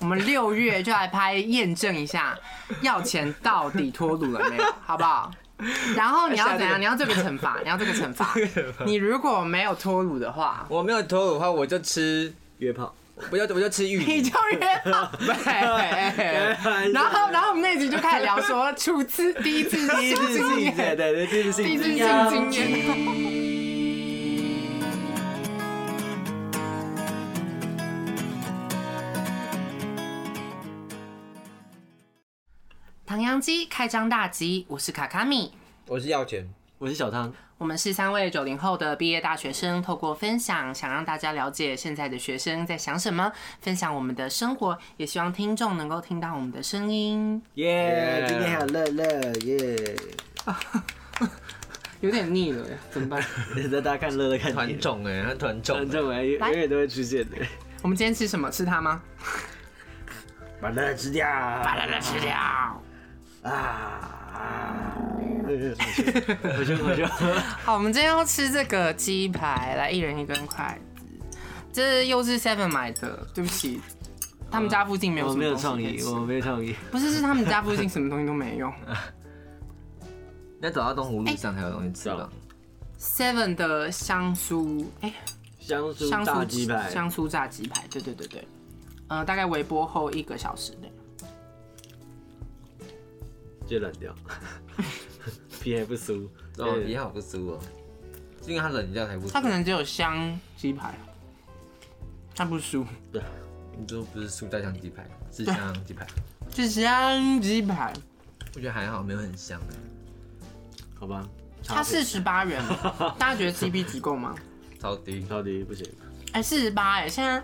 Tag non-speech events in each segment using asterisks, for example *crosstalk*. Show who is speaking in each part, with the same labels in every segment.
Speaker 1: 我们六月就来拍验证一下，
Speaker 2: *laughs*
Speaker 1: 要钱到底脱乳了没有，好不好？然后你要怎样？你要这个惩罚，你要这个惩
Speaker 2: *laughs*
Speaker 1: 罚。你如果没有脱乳的话，
Speaker 2: 我没有脱乳的话，我就吃约炮，不要我就吃芋
Speaker 1: 你
Speaker 2: 泥。
Speaker 1: 就约炮。
Speaker 2: *laughs*
Speaker 1: 对然后，然后我们那集就开始聊说初次第一次
Speaker 2: *laughs* 第一次
Speaker 1: 性
Speaker 2: 性
Speaker 1: 经
Speaker 2: 对
Speaker 1: 验，
Speaker 2: 对，第一次
Speaker 1: 第一
Speaker 2: 性
Speaker 1: 次性
Speaker 2: 经
Speaker 1: 经验。唐扬鸡开张大吉，我是卡卡米。
Speaker 2: 我是要钱，我是小汤，
Speaker 1: 我们是三位九零后的毕业大学生，透过分享，想让大家了解现在的学生在想什么，分享我们的生活，也希望听众能够听到我们的声音。
Speaker 2: 耶！今天还有乐乐耶，
Speaker 1: 有点腻了，怎么办？
Speaker 2: 大家看乐乐看
Speaker 3: 团
Speaker 2: 众，
Speaker 3: 种哎、他团种、
Speaker 2: 团众哎，永
Speaker 1: 来
Speaker 2: 永远都会出现的。
Speaker 1: *laughs* 我们今天吃什么？吃它吗？
Speaker 2: 把乐乐吃掉，把乐乐
Speaker 1: 哎吃掉。
Speaker 2: 啊！我就我就
Speaker 1: 好，我们今天要吃这个鸡排，来一人一根筷子。这又是 Seven 买的，对不起，他们家附近没有
Speaker 2: 呃我
Speaker 1: 什么
Speaker 2: 没有
Speaker 1: 东西可
Speaker 2: 创
Speaker 1: 以
Speaker 2: 意，
Speaker 1: 吃
Speaker 2: 我没有创意。
Speaker 1: 不是是他们家附近什么东西都没
Speaker 2: *laughs*
Speaker 1: 有。
Speaker 3: 那走到东湖路上才有东西吃吧？
Speaker 1: Seven 的香酥，哎、
Speaker 2: 香
Speaker 1: 香
Speaker 2: 酥
Speaker 1: 酥
Speaker 2: 大鸡排，
Speaker 1: 香酥炸鸡排，对对对对，呃，大概微波后一个小时内。
Speaker 2: 就冷掉，皮还不酥。
Speaker 3: 哦，也好不酥哦，是因为它冷掉才不酥。
Speaker 1: 它可能只有香鸡排，它不熟，
Speaker 3: 你说不是酥炸香鸡排，是香香鸡排，
Speaker 1: 是香鸡排，
Speaker 3: 我觉得还好，没有很香的，
Speaker 2: 好吧，
Speaker 1: 它四十八元，大家觉得 CP 值够吗？
Speaker 3: 超低。
Speaker 2: 到底不行。
Speaker 1: 哎、四十八哎，现在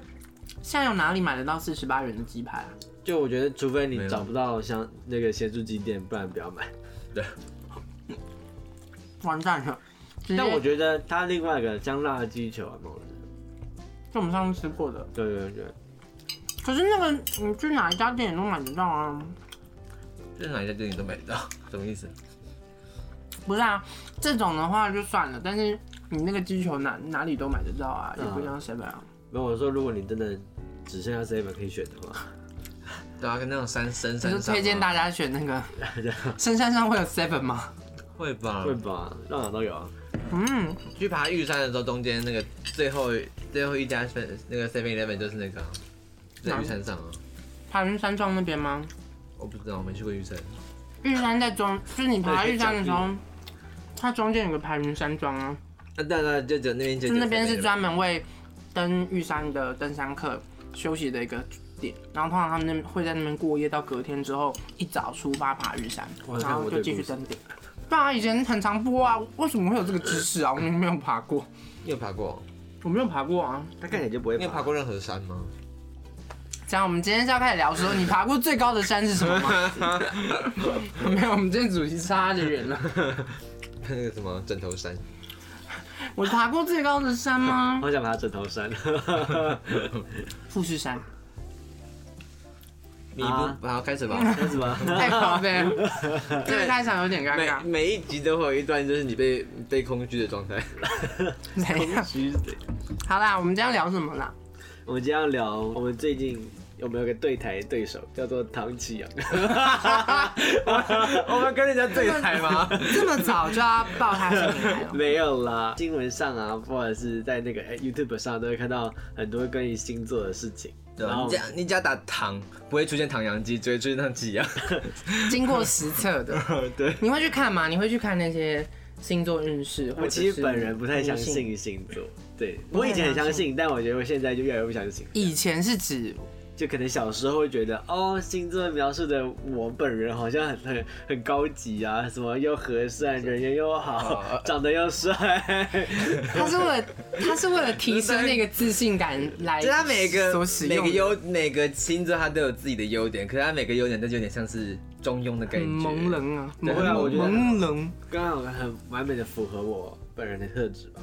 Speaker 1: 现在有哪里买得到四十八元的鸡排啊？
Speaker 2: 就我觉得，除非
Speaker 3: 没
Speaker 2: 你
Speaker 3: 有
Speaker 2: 找不到像那个咸酥鸡店，不然不要买。
Speaker 1: 完蛋了！直接
Speaker 2: 但我觉得它另外一个香辣鸡球啊，蛮好吃的
Speaker 1: 就我们上次吃过的，
Speaker 2: 对对对，
Speaker 1: 可是那个你去哪一家店也都买得到啊？
Speaker 3: 任哪一家店你都买得到，什么意思？
Speaker 1: 不是啊，这种的话就算了，但是你那个鸡球哪哪里都买得到啊，也不
Speaker 2: 嗯
Speaker 1: 像 seven 啊。
Speaker 2: 没有我说，如果你真的只剩下 seven 可以选的话，
Speaker 3: 对啊，跟那种山深
Speaker 1: 就
Speaker 3: 山上啊
Speaker 1: 推荐大家选那
Speaker 2: *laughs*
Speaker 1: 个深山上会有 seven 吗？
Speaker 3: 会吧
Speaker 2: 会？吧？让哪都有啊。
Speaker 1: 嗯，
Speaker 3: 去爬玉山的时候，中间那个最后最后一家 seven 那个 Seven Eleven 就是那个啊
Speaker 1: 哪
Speaker 3: 在
Speaker 1: 里
Speaker 3: 玉山上啊，
Speaker 1: 爬云山庄那边吗？
Speaker 3: 我不知道，我没去过玉山。
Speaker 1: 玉山在中，就是你爬
Speaker 2: 对
Speaker 1: 玉山的时
Speaker 2: 可
Speaker 1: 候，它中间有个排云山庄啊，
Speaker 3: 那当然就只有那边就
Speaker 1: 就
Speaker 3: 只有
Speaker 1: 那边是
Speaker 3: 7-Eleven
Speaker 1: 专门为登玉山的登山客休息的一个点。然后通常他们那边会在那边过夜，到隔天之后一早出发爬玉山
Speaker 2: 我，有
Speaker 1: 然
Speaker 2: 看
Speaker 1: 后
Speaker 2: 过
Speaker 1: 就
Speaker 2: 这
Speaker 1: 继续
Speaker 2: 故事
Speaker 1: 登顶。对啊，以前很常播啊，为什么会有这个知识啊？我明明没有爬过，
Speaker 3: 你有爬过？
Speaker 1: 我没有爬过啊。
Speaker 2: 他看起来就不会
Speaker 3: 你有爬
Speaker 2: 爬。
Speaker 3: 过任何山
Speaker 1: *laughs*
Speaker 3: 吗？
Speaker 1: 这样，我们今天是要开始聊说，你爬过最高的山是什 *laughs* 么吗？没有，我们今天主题是啊差的
Speaker 2: *laughs*
Speaker 1: 人了。
Speaker 3: *laughs* 那个什么枕头
Speaker 1: *laughs*
Speaker 3: 山，
Speaker 1: 我爬过最高的山吗？
Speaker 2: 好想爬枕头 *laughs* 山，
Speaker 1: 富士山，
Speaker 3: 你不
Speaker 2: 啊
Speaker 3: 好开始吧？
Speaker 1: 嗯
Speaker 2: 为什么？
Speaker 1: 太高呗。 *laughs* 这个开场有点尴
Speaker 3: *laughs* 每
Speaker 1: 尬。
Speaker 3: 每一集都会有一段就是你被被空虚的状
Speaker 1: *laughs*
Speaker 3: 态。
Speaker 1: 怎样
Speaker 2: 其实
Speaker 1: *laughs* 好啦，我们今天要聊什么啦？
Speaker 2: 我们今天要聊，我们最近我们有个对台对手叫做唐启 *laughs* 阳，
Speaker 3: 我们跟人家对台
Speaker 1: *laughs*
Speaker 3: 吗？ *laughs*
Speaker 1: 这么早就要报他姓名来哦了？
Speaker 2: 没有啦，新闻上啊，或者是在那个哎 YouTube 上都会看到很多关于星座的事情。
Speaker 3: 对
Speaker 2: 然
Speaker 3: 啊，
Speaker 2: 后
Speaker 3: 你家你家打唐不会出现唐阳鸡，只会出现唐鸡啊。
Speaker 1: 经过实测的，
Speaker 3: *laughs*
Speaker 2: 对，
Speaker 1: 你会去看吗？你会去看那些星座运势？或
Speaker 2: 我
Speaker 1: 者
Speaker 2: 其
Speaker 1: 是
Speaker 2: 实本人不太相
Speaker 1: 迷信。
Speaker 2: 信星座，对我以前很相信，但我觉得我现在就越来越不相信。
Speaker 1: 以前是
Speaker 3: *laughs*
Speaker 1: 指
Speaker 2: 就可能小时候会觉得，哦，星座描述的我本人好像很很很高级啊，什么又和善，人缘又好
Speaker 3: 啊，
Speaker 2: 长得又帅， *laughs*
Speaker 1: 他是为了他是为了提升那个自信感来，
Speaker 3: 就是他每个
Speaker 1: 所使
Speaker 3: 每
Speaker 1: 用
Speaker 3: 个
Speaker 1: 的嗯
Speaker 3: 优每个星座，他都有自己的优点，可是他每个优点都有点像是中庸的感觉。
Speaker 1: 朦胧啊，
Speaker 2: 对
Speaker 1: 朦
Speaker 2: 啊我觉得
Speaker 1: 朦胧。
Speaker 2: 刚好很完美的符合我本人的特质吧。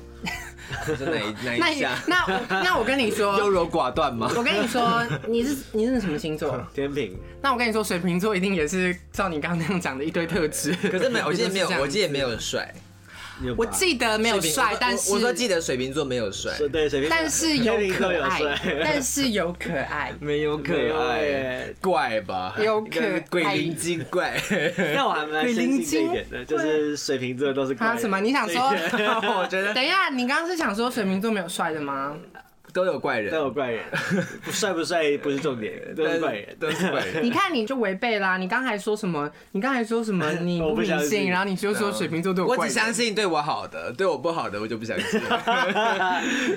Speaker 3: 是哪一哪
Speaker 1: 那
Speaker 3: 一
Speaker 1: 你
Speaker 3: 下？
Speaker 1: 那我那我跟你
Speaker 3: *laughs* 优
Speaker 1: 说，
Speaker 3: 柔寡断吗？
Speaker 1: 我跟你
Speaker 3: *laughs*
Speaker 1: 说，你是你是什么星
Speaker 3: 嗯
Speaker 1: 座？
Speaker 2: 天平，
Speaker 1: 那我跟你说，水瓶座一定也是照你刚刚那样讲的一堆特质。
Speaker 3: *laughs* 可是没有，我记得没有，我记
Speaker 1: 得
Speaker 3: 得没有帅。
Speaker 2: 你有
Speaker 1: 我
Speaker 2: 拔
Speaker 1: 记得没有
Speaker 3: 水瓶
Speaker 1: 帅
Speaker 3: 我，
Speaker 1: 但
Speaker 3: 我我说记
Speaker 1: 是
Speaker 3: 得水瓶座没有帅，
Speaker 2: 是对，水瓶座，
Speaker 1: 但是
Speaker 2: *laughs*
Speaker 1: 有
Speaker 2: 天秤座
Speaker 1: 可
Speaker 2: 有
Speaker 1: 爱
Speaker 2: 帅， *laughs*
Speaker 1: 但是有可 *laughs* 爱，
Speaker 3: 没有
Speaker 2: 没有耶，
Speaker 3: 怪吧？
Speaker 1: 有可爱
Speaker 3: 鬼灵精怪。 *laughs*
Speaker 2: 但我还蛮相信这一点的，就是水瓶座都是怪
Speaker 1: 啊
Speaker 2: 人
Speaker 1: 什么？你想说？
Speaker 3: 我觉
Speaker 1: *laughs*
Speaker 3: 得
Speaker 1: 等一下，你刚刚是想说水瓶座没有帅的
Speaker 2: *laughs*
Speaker 1: 吗？
Speaker 3: 都有怪人
Speaker 2: *laughs* 都，有怪人，不帅不帅不是重点，都
Speaker 3: 但
Speaker 2: 是怪人。
Speaker 3: 都是怪
Speaker 1: 你
Speaker 3: 人。
Speaker 1: 看你就违背啦！你刚才说什么？你刚才说什
Speaker 2: *laughs*
Speaker 1: 么？你
Speaker 2: 我
Speaker 1: 不
Speaker 2: 不
Speaker 1: 迷
Speaker 2: 相
Speaker 1: 信，
Speaker 2: 信啊
Speaker 1: 然后你就说水瓶座对
Speaker 3: *laughs* 我
Speaker 1: 怪
Speaker 3: 只
Speaker 1: 人
Speaker 3: 相信对我好的，对我不好的我就不相信。
Speaker 1: *laughs*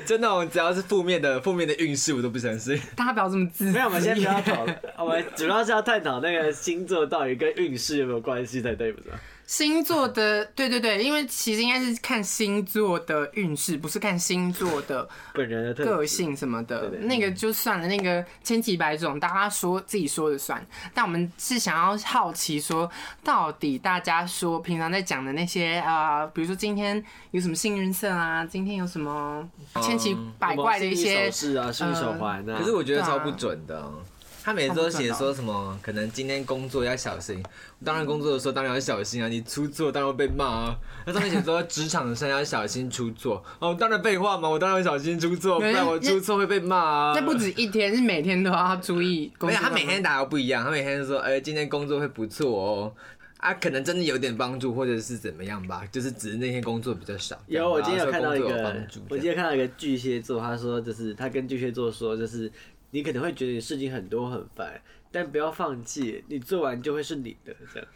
Speaker 3: 就那种只要是负面的、负面的运势，我都不相信。
Speaker 1: 大家不要这么自私
Speaker 2: 没有，我们先不要讨论，我们主要是要探讨那个星座到底跟运势有没有关系才对，不是吗？
Speaker 1: *laughs* 星座的，对对对，因为其实应该是看星座的运势，不是看星座的
Speaker 2: 本人的特质
Speaker 1: 个，性什么的，
Speaker 2: 对对
Speaker 1: 那个就算了，那个千奇百种，大家说自己说的算。但我们是想要好奇说，到底大家说平常在讲的那些呃，比如说今天有什么幸运色啊，今天有什么千奇百怪的一些嗯
Speaker 2: 什么幸运首饰啊，幸运手环啊。
Speaker 3: 可是我觉得
Speaker 1: 对啊
Speaker 3: 超不准的啊、他每次都写说什么，可能今天工作要小心。当然工作的时候当然要小心啊，你出错当然会被骂啊。那上面写说职场上要小心出错，哦，当然废话嘛，我当然要小心出错，不
Speaker 1: 对
Speaker 3: 然我出错会被骂啊。
Speaker 1: 那不止一天，是每天都要注意工
Speaker 3: 没
Speaker 1: 作上
Speaker 3: 有，他
Speaker 1: 面。
Speaker 3: 每天打的不一样，他每天就说，哎、今天工作会不错哦。啊，可能真的有点帮助，或者是怎么样吧，就是只是那天工作比较少。
Speaker 2: 有，我今天有看到一
Speaker 3: 然后说工作有
Speaker 2: 个
Speaker 3: 帮助，
Speaker 2: 我今天看到一个巨蟹座，他说就是他跟巨蟹座说，就是你可能会觉得你事情很多很烦，但不要放弃，你做完就会是你的这样。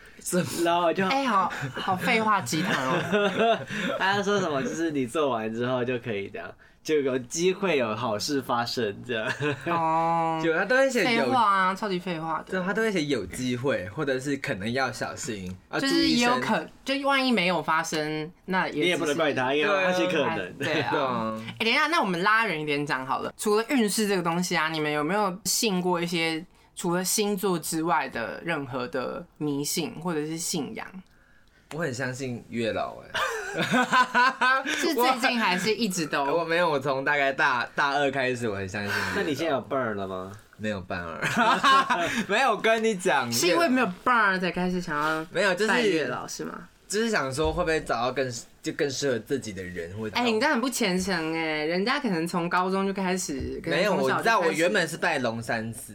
Speaker 3: 是
Speaker 2: 然后我就 *laughs*
Speaker 1: 哎、好好废话鸡汤哦。
Speaker 2: 他说什么，就是你做完之后就可以这样，就有机会有好事发生这样。
Speaker 1: 哦，
Speaker 3: 有，他都会写
Speaker 1: 废
Speaker 3: 有
Speaker 1: 话啊，超级废话
Speaker 3: 对，
Speaker 1: 的。
Speaker 3: 他都会写有机会，或者是可能要小心，要
Speaker 1: 就是也有
Speaker 3: 注意身
Speaker 1: 可，啊就万一没有发生，那也
Speaker 2: 你也
Speaker 1: 只
Speaker 2: 不能
Speaker 1: 是
Speaker 2: 怪他，因为
Speaker 3: 对啊
Speaker 2: 他是可
Speaker 1: 哎
Speaker 2: 能。
Speaker 1: 对
Speaker 3: *laughs* 对
Speaker 1: 啊。
Speaker 3: 啊，
Speaker 1: 哎、等一下，那我们拉远一点讲好了。除了运势这个东西啊，你们有没有信过一些除了星座之外的任何的迷信或者是信仰？
Speaker 3: 我很相信月老哎、
Speaker 1: 是最近还是一直都 *laughs*
Speaker 3: 我？没有，我从大概大大二开始，我很相信月老。
Speaker 2: 那你现在有伴儿了吗？
Speaker 3: 没有伴儿？
Speaker 2: *laughs*
Speaker 3: 没有跟你讲，
Speaker 1: 是因为没
Speaker 3: 有，
Speaker 1: 有伴儿才开始想要
Speaker 3: 没有，就
Speaker 1: 拜月
Speaker 3: 是
Speaker 1: 老是吗？
Speaker 3: 就是想说会不会找到更就更适合自己的人，或者
Speaker 1: 哎、你这样很不虔诚哎，人家可能从高中就开始，可能
Speaker 3: 没有？
Speaker 1: 从
Speaker 3: 我
Speaker 1: 小
Speaker 3: 知
Speaker 1: 就
Speaker 3: 道，我
Speaker 1: 开始
Speaker 3: 原本是拜龙山寺。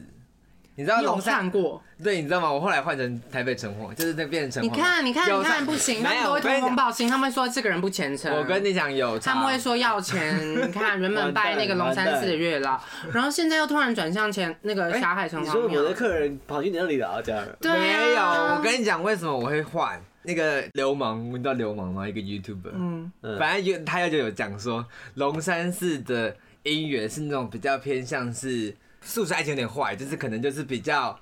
Speaker 3: 你知道
Speaker 1: 你有
Speaker 3: 龙山
Speaker 1: 看过？
Speaker 3: 对，你知道吗？我后来换成台北城隍，就是那变成
Speaker 1: 你
Speaker 3: 城隍嘛
Speaker 1: 看，啊你看，
Speaker 3: 有
Speaker 1: 你看，
Speaker 3: 上
Speaker 1: 不行，他
Speaker 3: 没
Speaker 1: 们
Speaker 3: 有，
Speaker 1: 都
Speaker 3: 我
Speaker 1: 会通
Speaker 3: 跟
Speaker 1: 风
Speaker 3: 你
Speaker 1: 报信，他们会说这个人不虔诚。
Speaker 3: 我跟你讲有差，
Speaker 1: 他们会说要钱，你看原本拜那个龙山寺的月老，然后现在又突然转向前那
Speaker 3: 哎
Speaker 1: 个霞海城
Speaker 2: 你
Speaker 1: 隍
Speaker 2: 说
Speaker 1: 庙
Speaker 2: 我的。客人跑去你那里了，这样。
Speaker 1: 对啊
Speaker 3: 没有，我跟你讲，为什么我会换那个流氓？你知道流氓吗？一个 YouTuber，
Speaker 1: 嗯，
Speaker 2: 嗯
Speaker 3: 反正有他就有讲说，龙山寺的姻缘是那种比较偏向是素食爱情，有点坏，就是可能就是比较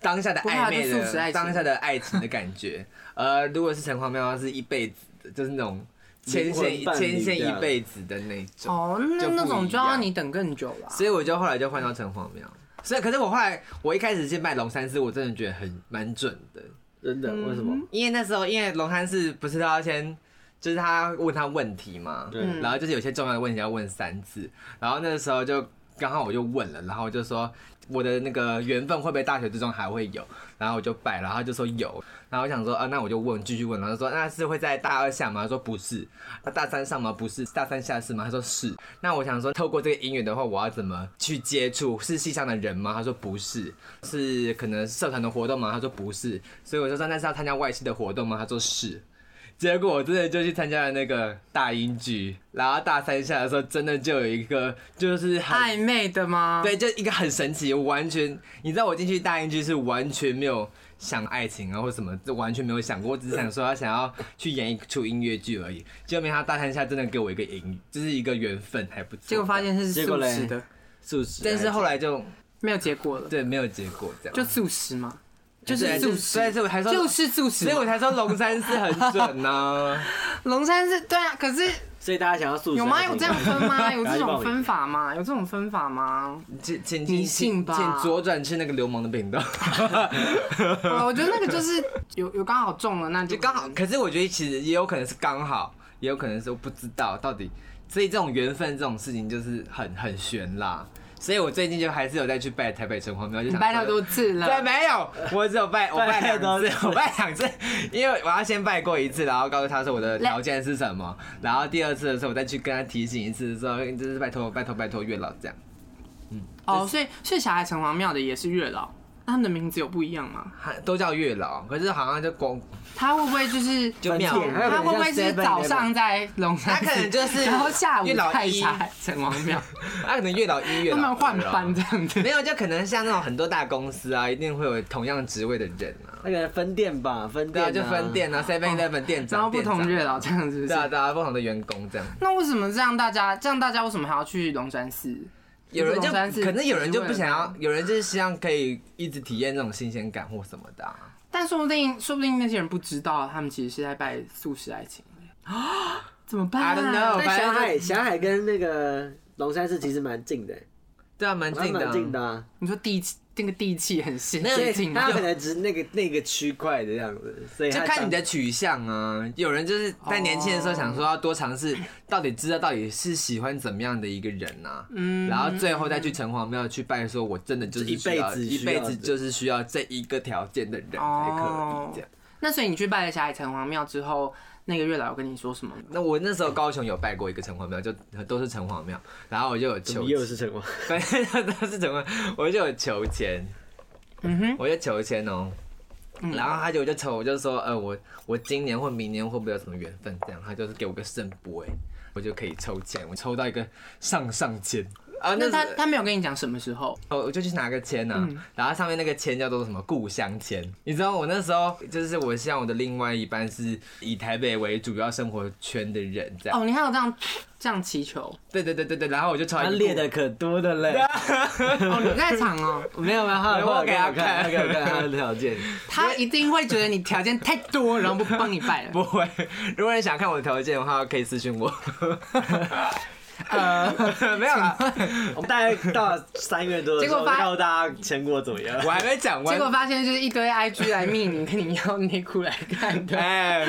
Speaker 3: 当下的暧昧
Speaker 1: 不怕就素食爱情
Speaker 3: 的当下的爱情的感觉。呃，如果是城隍庙，它是一辈子的，就是那种牵线
Speaker 2: 灵魂伴侣
Speaker 3: 牵线
Speaker 2: 这
Speaker 3: 一
Speaker 2: 样
Speaker 3: 辈子的那种。
Speaker 1: 哦，那
Speaker 3: 就不一
Speaker 1: 那
Speaker 3: 样
Speaker 1: 种就要你等更久了。
Speaker 3: 所以我就后来就换到城隍庙。所以，可是我后来，我一开始先拜龙山寺，我真的觉得很蛮准的。
Speaker 2: 真的？为什
Speaker 1: 嗯
Speaker 2: 么？
Speaker 3: 因为那时候，因为龙山寺不是都要先，就是他问他问题嘛，
Speaker 2: 对
Speaker 1: 嗯
Speaker 3: 然后就是有些重要的问题要问三次，然后那时候就刚好我就问了，然后我就说我的那个缘分会不会大学之中还会有，然后我就拜，然后他就说有，然后我想说啊，那我就问，继续问，然后他说那是会在大二下吗？他说不是，那大三上吗？不是，大三下是吗？他说是，那我想说透过这个姻缘的话，我要怎么去接触？是系上的人吗？他说不是，是可能社团的活动吗？他说不是，所以我就说那是要参加外系的活动吗？他说是。结果我真的就去参加了那个大英剧，然后大三下的时候，真的就有一个就是很
Speaker 1: 暧昧的吗？
Speaker 3: 对，就一个很神奇，我完全你知道我进去大英剧是完全没有想爱情啊或什么，这完全没有想过，我只是想说他想要去演一出音乐剧而已。结果没想到大三下真的给我一个音，就是一个缘分，还不错。
Speaker 1: 结果发现是
Speaker 2: 结果
Speaker 1: 素
Speaker 2: 嘞
Speaker 1: 食的，
Speaker 2: 素食？
Speaker 3: 但是后来就
Speaker 1: 没有结果了，
Speaker 3: 对没有结果，这样
Speaker 1: 就素食嘛，就是
Speaker 3: 对
Speaker 1: 素
Speaker 3: 所以
Speaker 1: 食，
Speaker 3: 所以我才说，
Speaker 1: 就是素食
Speaker 3: 所以
Speaker 1: 嘛。
Speaker 3: 我才说龙山寺很准啊呢、
Speaker 1: *laughs* 龙山寺对啊，可是
Speaker 2: 所以大家想要素食？
Speaker 1: 有吗？有这样分吗？有这
Speaker 2: 然
Speaker 1: 种
Speaker 2: 后就报名
Speaker 1: 分法吗？有这种分法
Speaker 3: *laughs*
Speaker 1: 吗？
Speaker 3: 请请
Speaker 1: 你
Speaker 3: 请
Speaker 1: 信
Speaker 3: 请
Speaker 1: 吧
Speaker 3: 请左转去那个流氓
Speaker 1: *laughs*
Speaker 3: 的频道，
Speaker 1: 呃我觉得那个就是有有刚好中了，那
Speaker 3: 就
Speaker 1: 就
Speaker 3: 刚好。可是我觉得其实也有可能是刚好，也有可能是我不知道到底。所以这种缘分这种事情就是很很悬啦，所以我最近就还是有再去拜台北城隍庙，就
Speaker 1: 你
Speaker 3: 想
Speaker 1: 拜太
Speaker 3: 说
Speaker 1: 多次
Speaker 3: 对，
Speaker 1: 了，
Speaker 3: 没有，我只有拜，我拜
Speaker 2: 拜
Speaker 3: 两
Speaker 2: 多
Speaker 3: 次，我拜两次，因为我要先拜过一次，然后告诉他说我的条件是什么，然后第二次的时候我再去跟他提醒一次，说真是拜托拜托拜托月老这样。
Speaker 1: 哦，所以所以小海城隍庙的也是月老，那他们的名字有不一样吗？
Speaker 3: 还都叫月老，可是好像就光
Speaker 1: 他会不会就是
Speaker 3: *laughs* 就庙
Speaker 2: 分界还有
Speaker 1: 他会不会是早上在龙
Speaker 3: 他
Speaker 1: 山寺，
Speaker 3: 可能就是
Speaker 1: 然后下午
Speaker 3: 月老
Speaker 1: 太
Speaker 3: 一，
Speaker 1: 茶城隍庙，
Speaker 3: 他可能月老一月
Speaker 1: 他
Speaker 3: 老
Speaker 1: 们换
Speaker 3: 二啊
Speaker 1: 班这样子
Speaker 3: 没。有，就可能像那种很多大公司啊，一定会有同样职位的人啊，
Speaker 2: 那个分店吧，分
Speaker 3: 对
Speaker 2: 店、
Speaker 3: 啊，就分。店啊，seven eleven 店
Speaker 1: 然后
Speaker 3: 长，
Speaker 1: 不
Speaker 3: 店
Speaker 1: 同
Speaker 3: 长
Speaker 1: 月老这样子，
Speaker 3: 对啊，对啊，不同的员工这样。
Speaker 1: 那为什么这样大家这样大家为什么还要去龙山寺？
Speaker 3: 有人
Speaker 1: 去
Speaker 3: 就
Speaker 1: 龙山寺
Speaker 3: 可能有人就不想
Speaker 1: 只是
Speaker 3: 要
Speaker 1: 为了，
Speaker 3: 有人就是希望可以一直体验那种新鲜感或什么的啊、
Speaker 1: 那，但说不定说不定那些人不知道，他们其实是在拜素食爱情啊，怎么办
Speaker 3: I don't know
Speaker 2: 但
Speaker 3: 反正
Speaker 2: 小
Speaker 3: 就
Speaker 2: 海，小海跟那个龙山寺其实蛮近的，
Speaker 3: 对啊，蛮近的
Speaker 2: 蛮
Speaker 3: 啊，
Speaker 2: 近的啊，
Speaker 1: 你说地气那个地气很先
Speaker 3: 那
Speaker 2: 对
Speaker 1: 进，
Speaker 2: 他
Speaker 1: 啊
Speaker 2: 可能只是那个那个区块的样子，所以
Speaker 3: 就
Speaker 2: 他
Speaker 3: 看你
Speaker 2: 长
Speaker 3: 的取向啊。有人就是在年轻的时候想说要多尝试，到底知道到底是喜欢怎么样的一个人啊。嗯，然后最后再去城隍庙去拜，说我真的就是
Speaker 2: 一
Speaker 3: 需要
Speaker 2: 辈子
Speaker 3: 一
Speaker 2: 需要
Speaker 3: 辈子
Speaker 2: 的
Speaker 3: 就是需要这一个条件的人才可
Speaker 1: 哦
Speaker 3: 以这样。
Speaker 1: 那所以你去拜了霞海城隍庙之后，那个月老有跟你说什么吗？
Speaker 3: 那我那时候高雄有拜过一个城隍庙，就都是城隍庙，然后我就有
Speaker 2: 怎么
Speaker 3: 求 *laughs*
Speaker 2: 又是什么？
Speaker 3: 反正都是怎么，我就有求签，
Speaker 1: 嗯哼，
Speaker 3: 我就求签哦、
Speaker 2: 嗯
Speaker 3: 然后他就我就抽，我就说，呃，我我今年或明年会不会有什么缘分？这样，他就是给我个圣杯，我就可以抽签，我抽到一个上上签啊，
Speaker 1: 那
Speaker 3: 那
Speaker 1: 他
Speaker 3: 是
Speaker 1: 他没有跟你讲什么时候？
Speaker 2: 呃
Speaker 3: 哦，我就去拿个签呐、
Speaker 2: 嗯
Speaker 3: 啊，然后上面那个签叫做什么故乡签，你知道我那时候就是我希望我的另外一半是以台北为主要生活圈的人，这样，
Speaker 1: 哦，你还有这样这样祈求？
Speaker 3: 对对对对对，然后我就抽到一
Speaker 2: 他
Speaker 3: 个
Speaker 2: 列的可多的嘞，
Speaker 1: *laughs* 哦，你在场哦，
Speaker 2: 没有没有，他有
Speaker 3: 我给他看
Speaker 2: 他给我看他的条
Speaker 1: *laughs*
Speaker 2: 件，
Speaker 1: 他一定会觉得你条件太多，然后不帮你拜了。
Speaker 3: *laughs* 不会，如果你想看我的条件的话，可以私信我。
Speaker 1: 呃，
Speaker 3: 没有啦，
Speaker 2: 我们大概到三月多的时
Speaker 1: 结
Speaker 2: 候，
Speaker 1: 果
Speaker 2: 我
Speaker 1: 发
Speaker 2: 就告诉大家成果怎么
Speaker 1: 哦
Speaker 2: 样。
Speaker 3: 我还没讲 *laughs* 完。
Speaker 1: 结果发现就是一堆 IG 来密你，跟你要内裤来看的。
Speaker 3: 哎，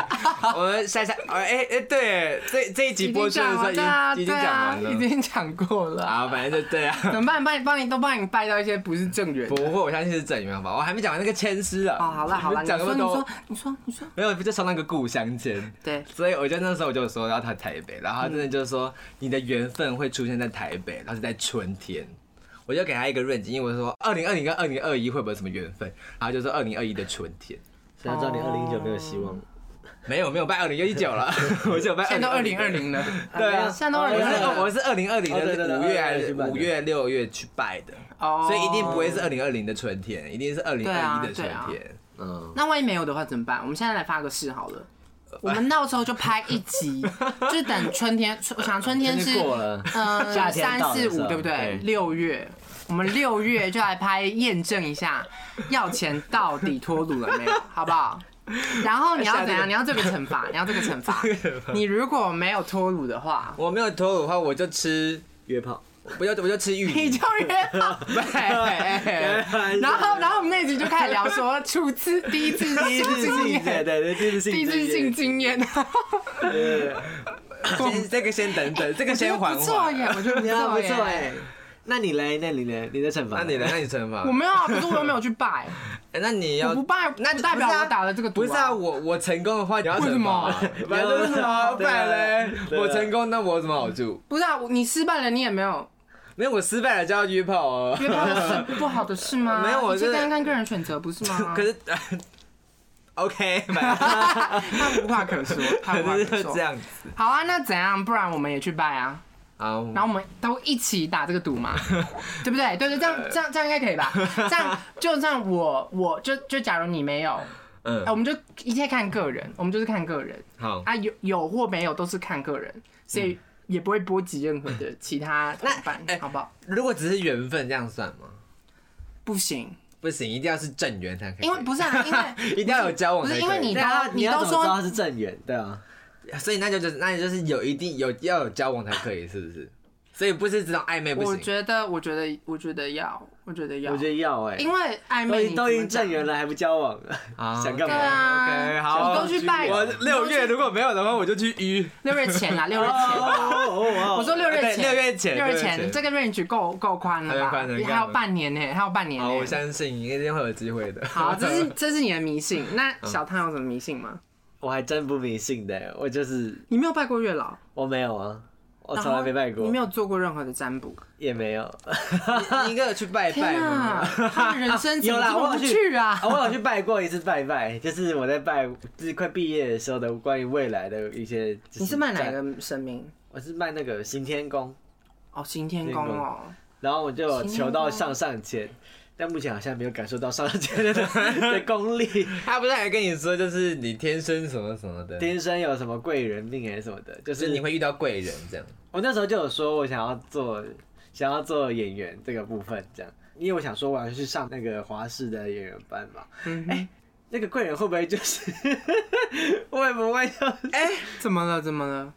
Speaker 3: 我们下下，哎哎哎，对，这这一集
Speaker 1: 已
Speaker 3: 播
Speaker 1: 经
Speaker 3: 出的
Speaker 1: 讲
Speaker 3: 时候
Speaker 1: 完
Speaker 3: 已经
Speaker 1: 了啊，
Speaker 3: 已经
Speaker 1: 对
Speaker 3: 讲
Speaker 1: 啊，
Speaker 3: 完
Speaker 1: 已
Speaker 3: 了。
Speaker 1: 经讲过了啊。
Speaker 3: 好，反正就对啊。
Speaker 1: 怎么办？帮你帮你都帮你拜到一些不是正缘
Speaker 3: 不。会，我相信是整元吧。我还没讲完那个签诗啊。
Speaker 1: 哦，好了好了，你
Speaker 3: *laughs* 讲那
Speaker 1: 说
Speaker 3: 么
Speaker 1: 你
Speaker 3: 多
Speaker 1: 说，你说你说，
Speaker 3: 没有，就抽那个故乡签。
Speaker 1: 对，
Speaker 3: 所以我就那时候我就说要他台北，然后他真的就说你的缘分会出现在台北，然后是在春天。我就给他一个 range，因为我说二零二零跟二零二一会不会有什么缘分，然后就说二零二一的春天。
Speaker 2: 现在知道你二零一九没有希望了，
Speaker 3: 没有没有拜二零一九
Speaker 2: *laughs*
Speaker 3: 了，我就有拜2020。
Speaker 1: 现在都二零二零了，
Speaker 3: 对啊，
Speaker 1: 现在都
Speaker 3: 我
Speaker 1: 二零
Speaker 3: 是
Speaker 1: 二
Speaker 3: 我是二零二零
Speaker 2: 哦对对
Speaker 3: 的
Speaker 2: 对
Speaker 3: 五月还
Speaker 2: 2020
Speaker 3: 是
Speaker 2: 去办的
Speaker 3: 五月六月去拜的，
Speaker 1: 哦，
Speaker 3: 所以一定不会是。二零二零的春天，一定是二零
Speaker 1: 对啊
Speaker 3: 二一的春
Speaker 1: 对
Speaker 3: 天。
Speaker 2: 嗯，
Speaker 1: 那万一没有的话怎么办？我们现在来发个誓好了。
Speaker 2: 呃
Speaker 1: 我们到时候就拍一
Speaker 2: *laughs*
Speaker 1: 集，就等春天，春我想春天
Speaker 2: 就是过了，
Speaker 1: 嗯，
Speaker 2: 夏天
Speaker 1: 三
Speaker 2: 到的
Speaker 1: 四
Speaker 2: 时
Speaker 1: 五
Speaker 2: 候
Speaker 1: 对不对
Speaker 2: 对？
Speaker 1: 六月，我们六月就来拍验证一下，要钱到底脱乳了没有，好不
Speaker 2: *laughs*
Speaker 1: 好？然后你要怎样？你要这个惩罚，你要这个惩
Speaker 2: *laughs*
Speaker 1: 罚。你如果没有脱乳的
Speaker 2: 嗯
Speaker 1: 话，
Speaker 3: 我没有脱乳的话，我就吃，
Speaker 2: 约炮，
Speaker 3: 我就我就吃玉
Speaker 1: *laughs* 你
Speaker 3: 米
Speaker 1: 就。约
Speaker 2: *laughs*
Speaker 1: 哎炮。
Speaker 3: 对
Speaker 1: 然后，然后我们那集就开始聊说初次、第 *laughs* 一次
Speaker 2: 第一
Speaker 1: 性
Speaker 2: 次
Speaker 1: 经
Speaker 2: 性对对
Speaker 1: 验，
Speaker 2: 对，第一次性
Speaker 1: 第一次性经验，
Speaker 3: 先这个先等等，这个 *laughs* 先
Speaker 1: *laughs* 我觉得
Speaker 3: 缓
Speaker 1: 不错
Speaker 3: 缓。
Speaker 1: 耶，我觉得
Speaker 2: 你好
Speaker 1: 不
Speaker 2: 不
Speaker 1: 错
Speaker 2: 错
Speaker 1: 耶。
Speaker 2: 哎。那你嘞？那你嘞？你的惩罚？
Speaker 3: 啊那你呢？那你惩罚
Speaker 1: 我？没有啊，可是我又没有去拜，
Speaker 3: 哎那你
Speaker 1: 我
Speaker 3: 要
Speaker 1: 不拜，那代表
Speaker 3: 不是啊
Speaker 1: 我打了这个赌
Speaker 3: 不是啊，我我成功的话你要
Speaker 1: 为什
Speaker 3: 惩罚
Speaker 1: 么
Speaker 3: 啊，反正就是啊，不
Speaker 2: 对啊
Speaker 3: 然嘞，
Speaker 2: 对啊
Speaker 3: 我成功那我有什么好处？
Speaker 1: 不是啊，我你失败了，你也没有
Speaker 3: 没有，我失败了就要约炮哦。
Speaker 1: 约炮啊是不好的事 *laughs* 吗？
Speaker 3: 没有我
Speaker 1: 你是
Speaker 3: 真的
Speaker 1: 看看个人选择，不是 *laughs* 吗？
Speaker 3: *laughs* 可是，OK，反
Speaker 1: *laughs*
Speaker 3: 正
Speaker 1: 他无话 *laughs* 可说，他无话
Speaker 3: 反正
Speaker 1: 可
Speaker 3: 就
Speaker 1: 说
Speaker 3: 这。样子。
Speaker 1: 好啊，那怎样？不然我们也去拜啊，
Speaker 3: 好，
Speaker 1: 然后我们都一起打这个赌 *laughs* 嘛，对不对？对对，这样这样这样应该可以吧？这 *laughs* 样就这样，我我就就假如你没有，
Speaker 3: 嗯
Speaker 1: 哎，我们就一切看个人，我们就是看个人
Speaker 3: 好，
Speaker 1: 啊，有有或没有都是看个人，所以也不会波及任何的其他同伴
Speaker 3: 那哎，
Speaker 1: 好不好？
Speaker 3: 如果只是缘分，这样算吗？
Speaker 1: 不行，
Speaker 3: 不行，一定要是正缘才可以。
Speaker 1: 因为不是啊，因为
Speaker 3: *laughs* 一定要有交往
Speaker 1: 不
Speaker 3: 才
Speaker 1: 是
Speaker 3: 可以，
Speaker 1: 因为你
Speaker 2: 对啊，
Speaker 1: 都
Speaker 2: 你要
Speaker 1: 都
Speaker 2: 怎么知道
Speaker 1: 说
Speaker 2: 他是正缘？对啊，
Speaker 3: 所以那就就是那就是有一定有要有交往才可以，是不是？
Speaker 4: 所以不是这种暧昧不
Speaker 1: 我
Speaker 4: 行。
Speaker 1: 觉得，我觉得，我觉得要，我觉得要，
Speaker 2: 我觉得要哎、
Speaker 1: 因为暧
Speaker 2: 都已
Speaker 1: 昧你
Speaker 2: 都已
Speaker 1: 怎么
Speaker 2: 经
Speaker 1: 讲
Speaker 2: 正缘了，还不交
Speaker 1: *laughs*
Speaker 2: 往，
Speaker 1: 哦
Speaker 4: 啊
Speaker 2: 想
Speaker 1: 对
Speaker 2: 干嘛？
Speaker 1: 啊
Speaker 4: OK，好，
Speaker 1: 你都去拜
Speaker 4: 我六月
Speaker 1: 你都去
Speaker 4: 如果没有的话，我就去约。
Speaker 1: 六月前啦，六月前啦。
Speaker 2: 哦
Speaker 1: 我
Speaker 2: 我
Speaker 1: 说六月
Speaker 4: 对
Speaker 1: 前，
Speaker 4: 六月前
Speaker 1: 六月
Speaker 4: 六月前
Speaker 1: 前，这个 range 够够宽了吧？
Speaker 4: 还有宽的
Speaker 1: 还有半年呢，还有半年
Speaker 4: 好，我
Speaker 1: 呢。
Speaker 4: 相信你一定会有机会的。 *laughs*
Speaker 3: *laughs*
Speaker 1: 好，这是这是你的迷信。那小汤有什么迷信吗？
Speaker 2: 我还真不迷信的、我就是
Speaker 1: 你没有拜过月老，
Speaker 2: 我没有啊，我
Speaker 1: 然
Speaker 2: 从来
Speaker 1: 后
Speaker 2: 没拜过，
Speaker 1: 你没有做过任何的占卜。
Speaker 2: 也没有。
Speaker 4: *laughs* 你一个去拜拜
Speaker 1: 天
Speaker 4: 嘛
Speaker 1: 哪，。他的人生怎
Speaker 2: 有
Speaker 1: 么
Speaker 2: 啦，
Speaker 1: 这
Speaker 2: 我
Speaker 1: 么
Speaker 2: 有
Speaker 1: 不去啊？
Speaker 2: 我有去拜过一次拜拜，就是我在拜，就是快毕业的时候的关于未来的一些。就
Speaker 1: 你是拜哪
Speaker 2: 在？
Speaker 1: 个神明？
Speaker 2: 我是拜那个行天宫，
Speaker 1: 哦，行天宫哦。
Speaker 2: 然后我就有求到上上签，但目前好像没有感受到上上签
Speaker 1: *laughs*
Speaker 2: 的的功力。
Speaker 4: 他不是还跟你说，就是你天生什么什么的，
Speaker 2: 天生有什么贵人命还是什么的，
Speaker 4: 就
Speaker 2: 就
Speaker 4: 是
Speaker 2: 是
Speaker 4: 你会遇到贵人这样。
Speaker 2: 我那时候就有说我想要做想要做演员这个部分，这样，因为我想说我要去上那个华视的演员班嘛。
Speaker 1: 嗯
Speaker 2: 哎、那个贵人会不会就是 *laughs* 会不会就是
Speaker 1: 哎，怎么了？怎么了？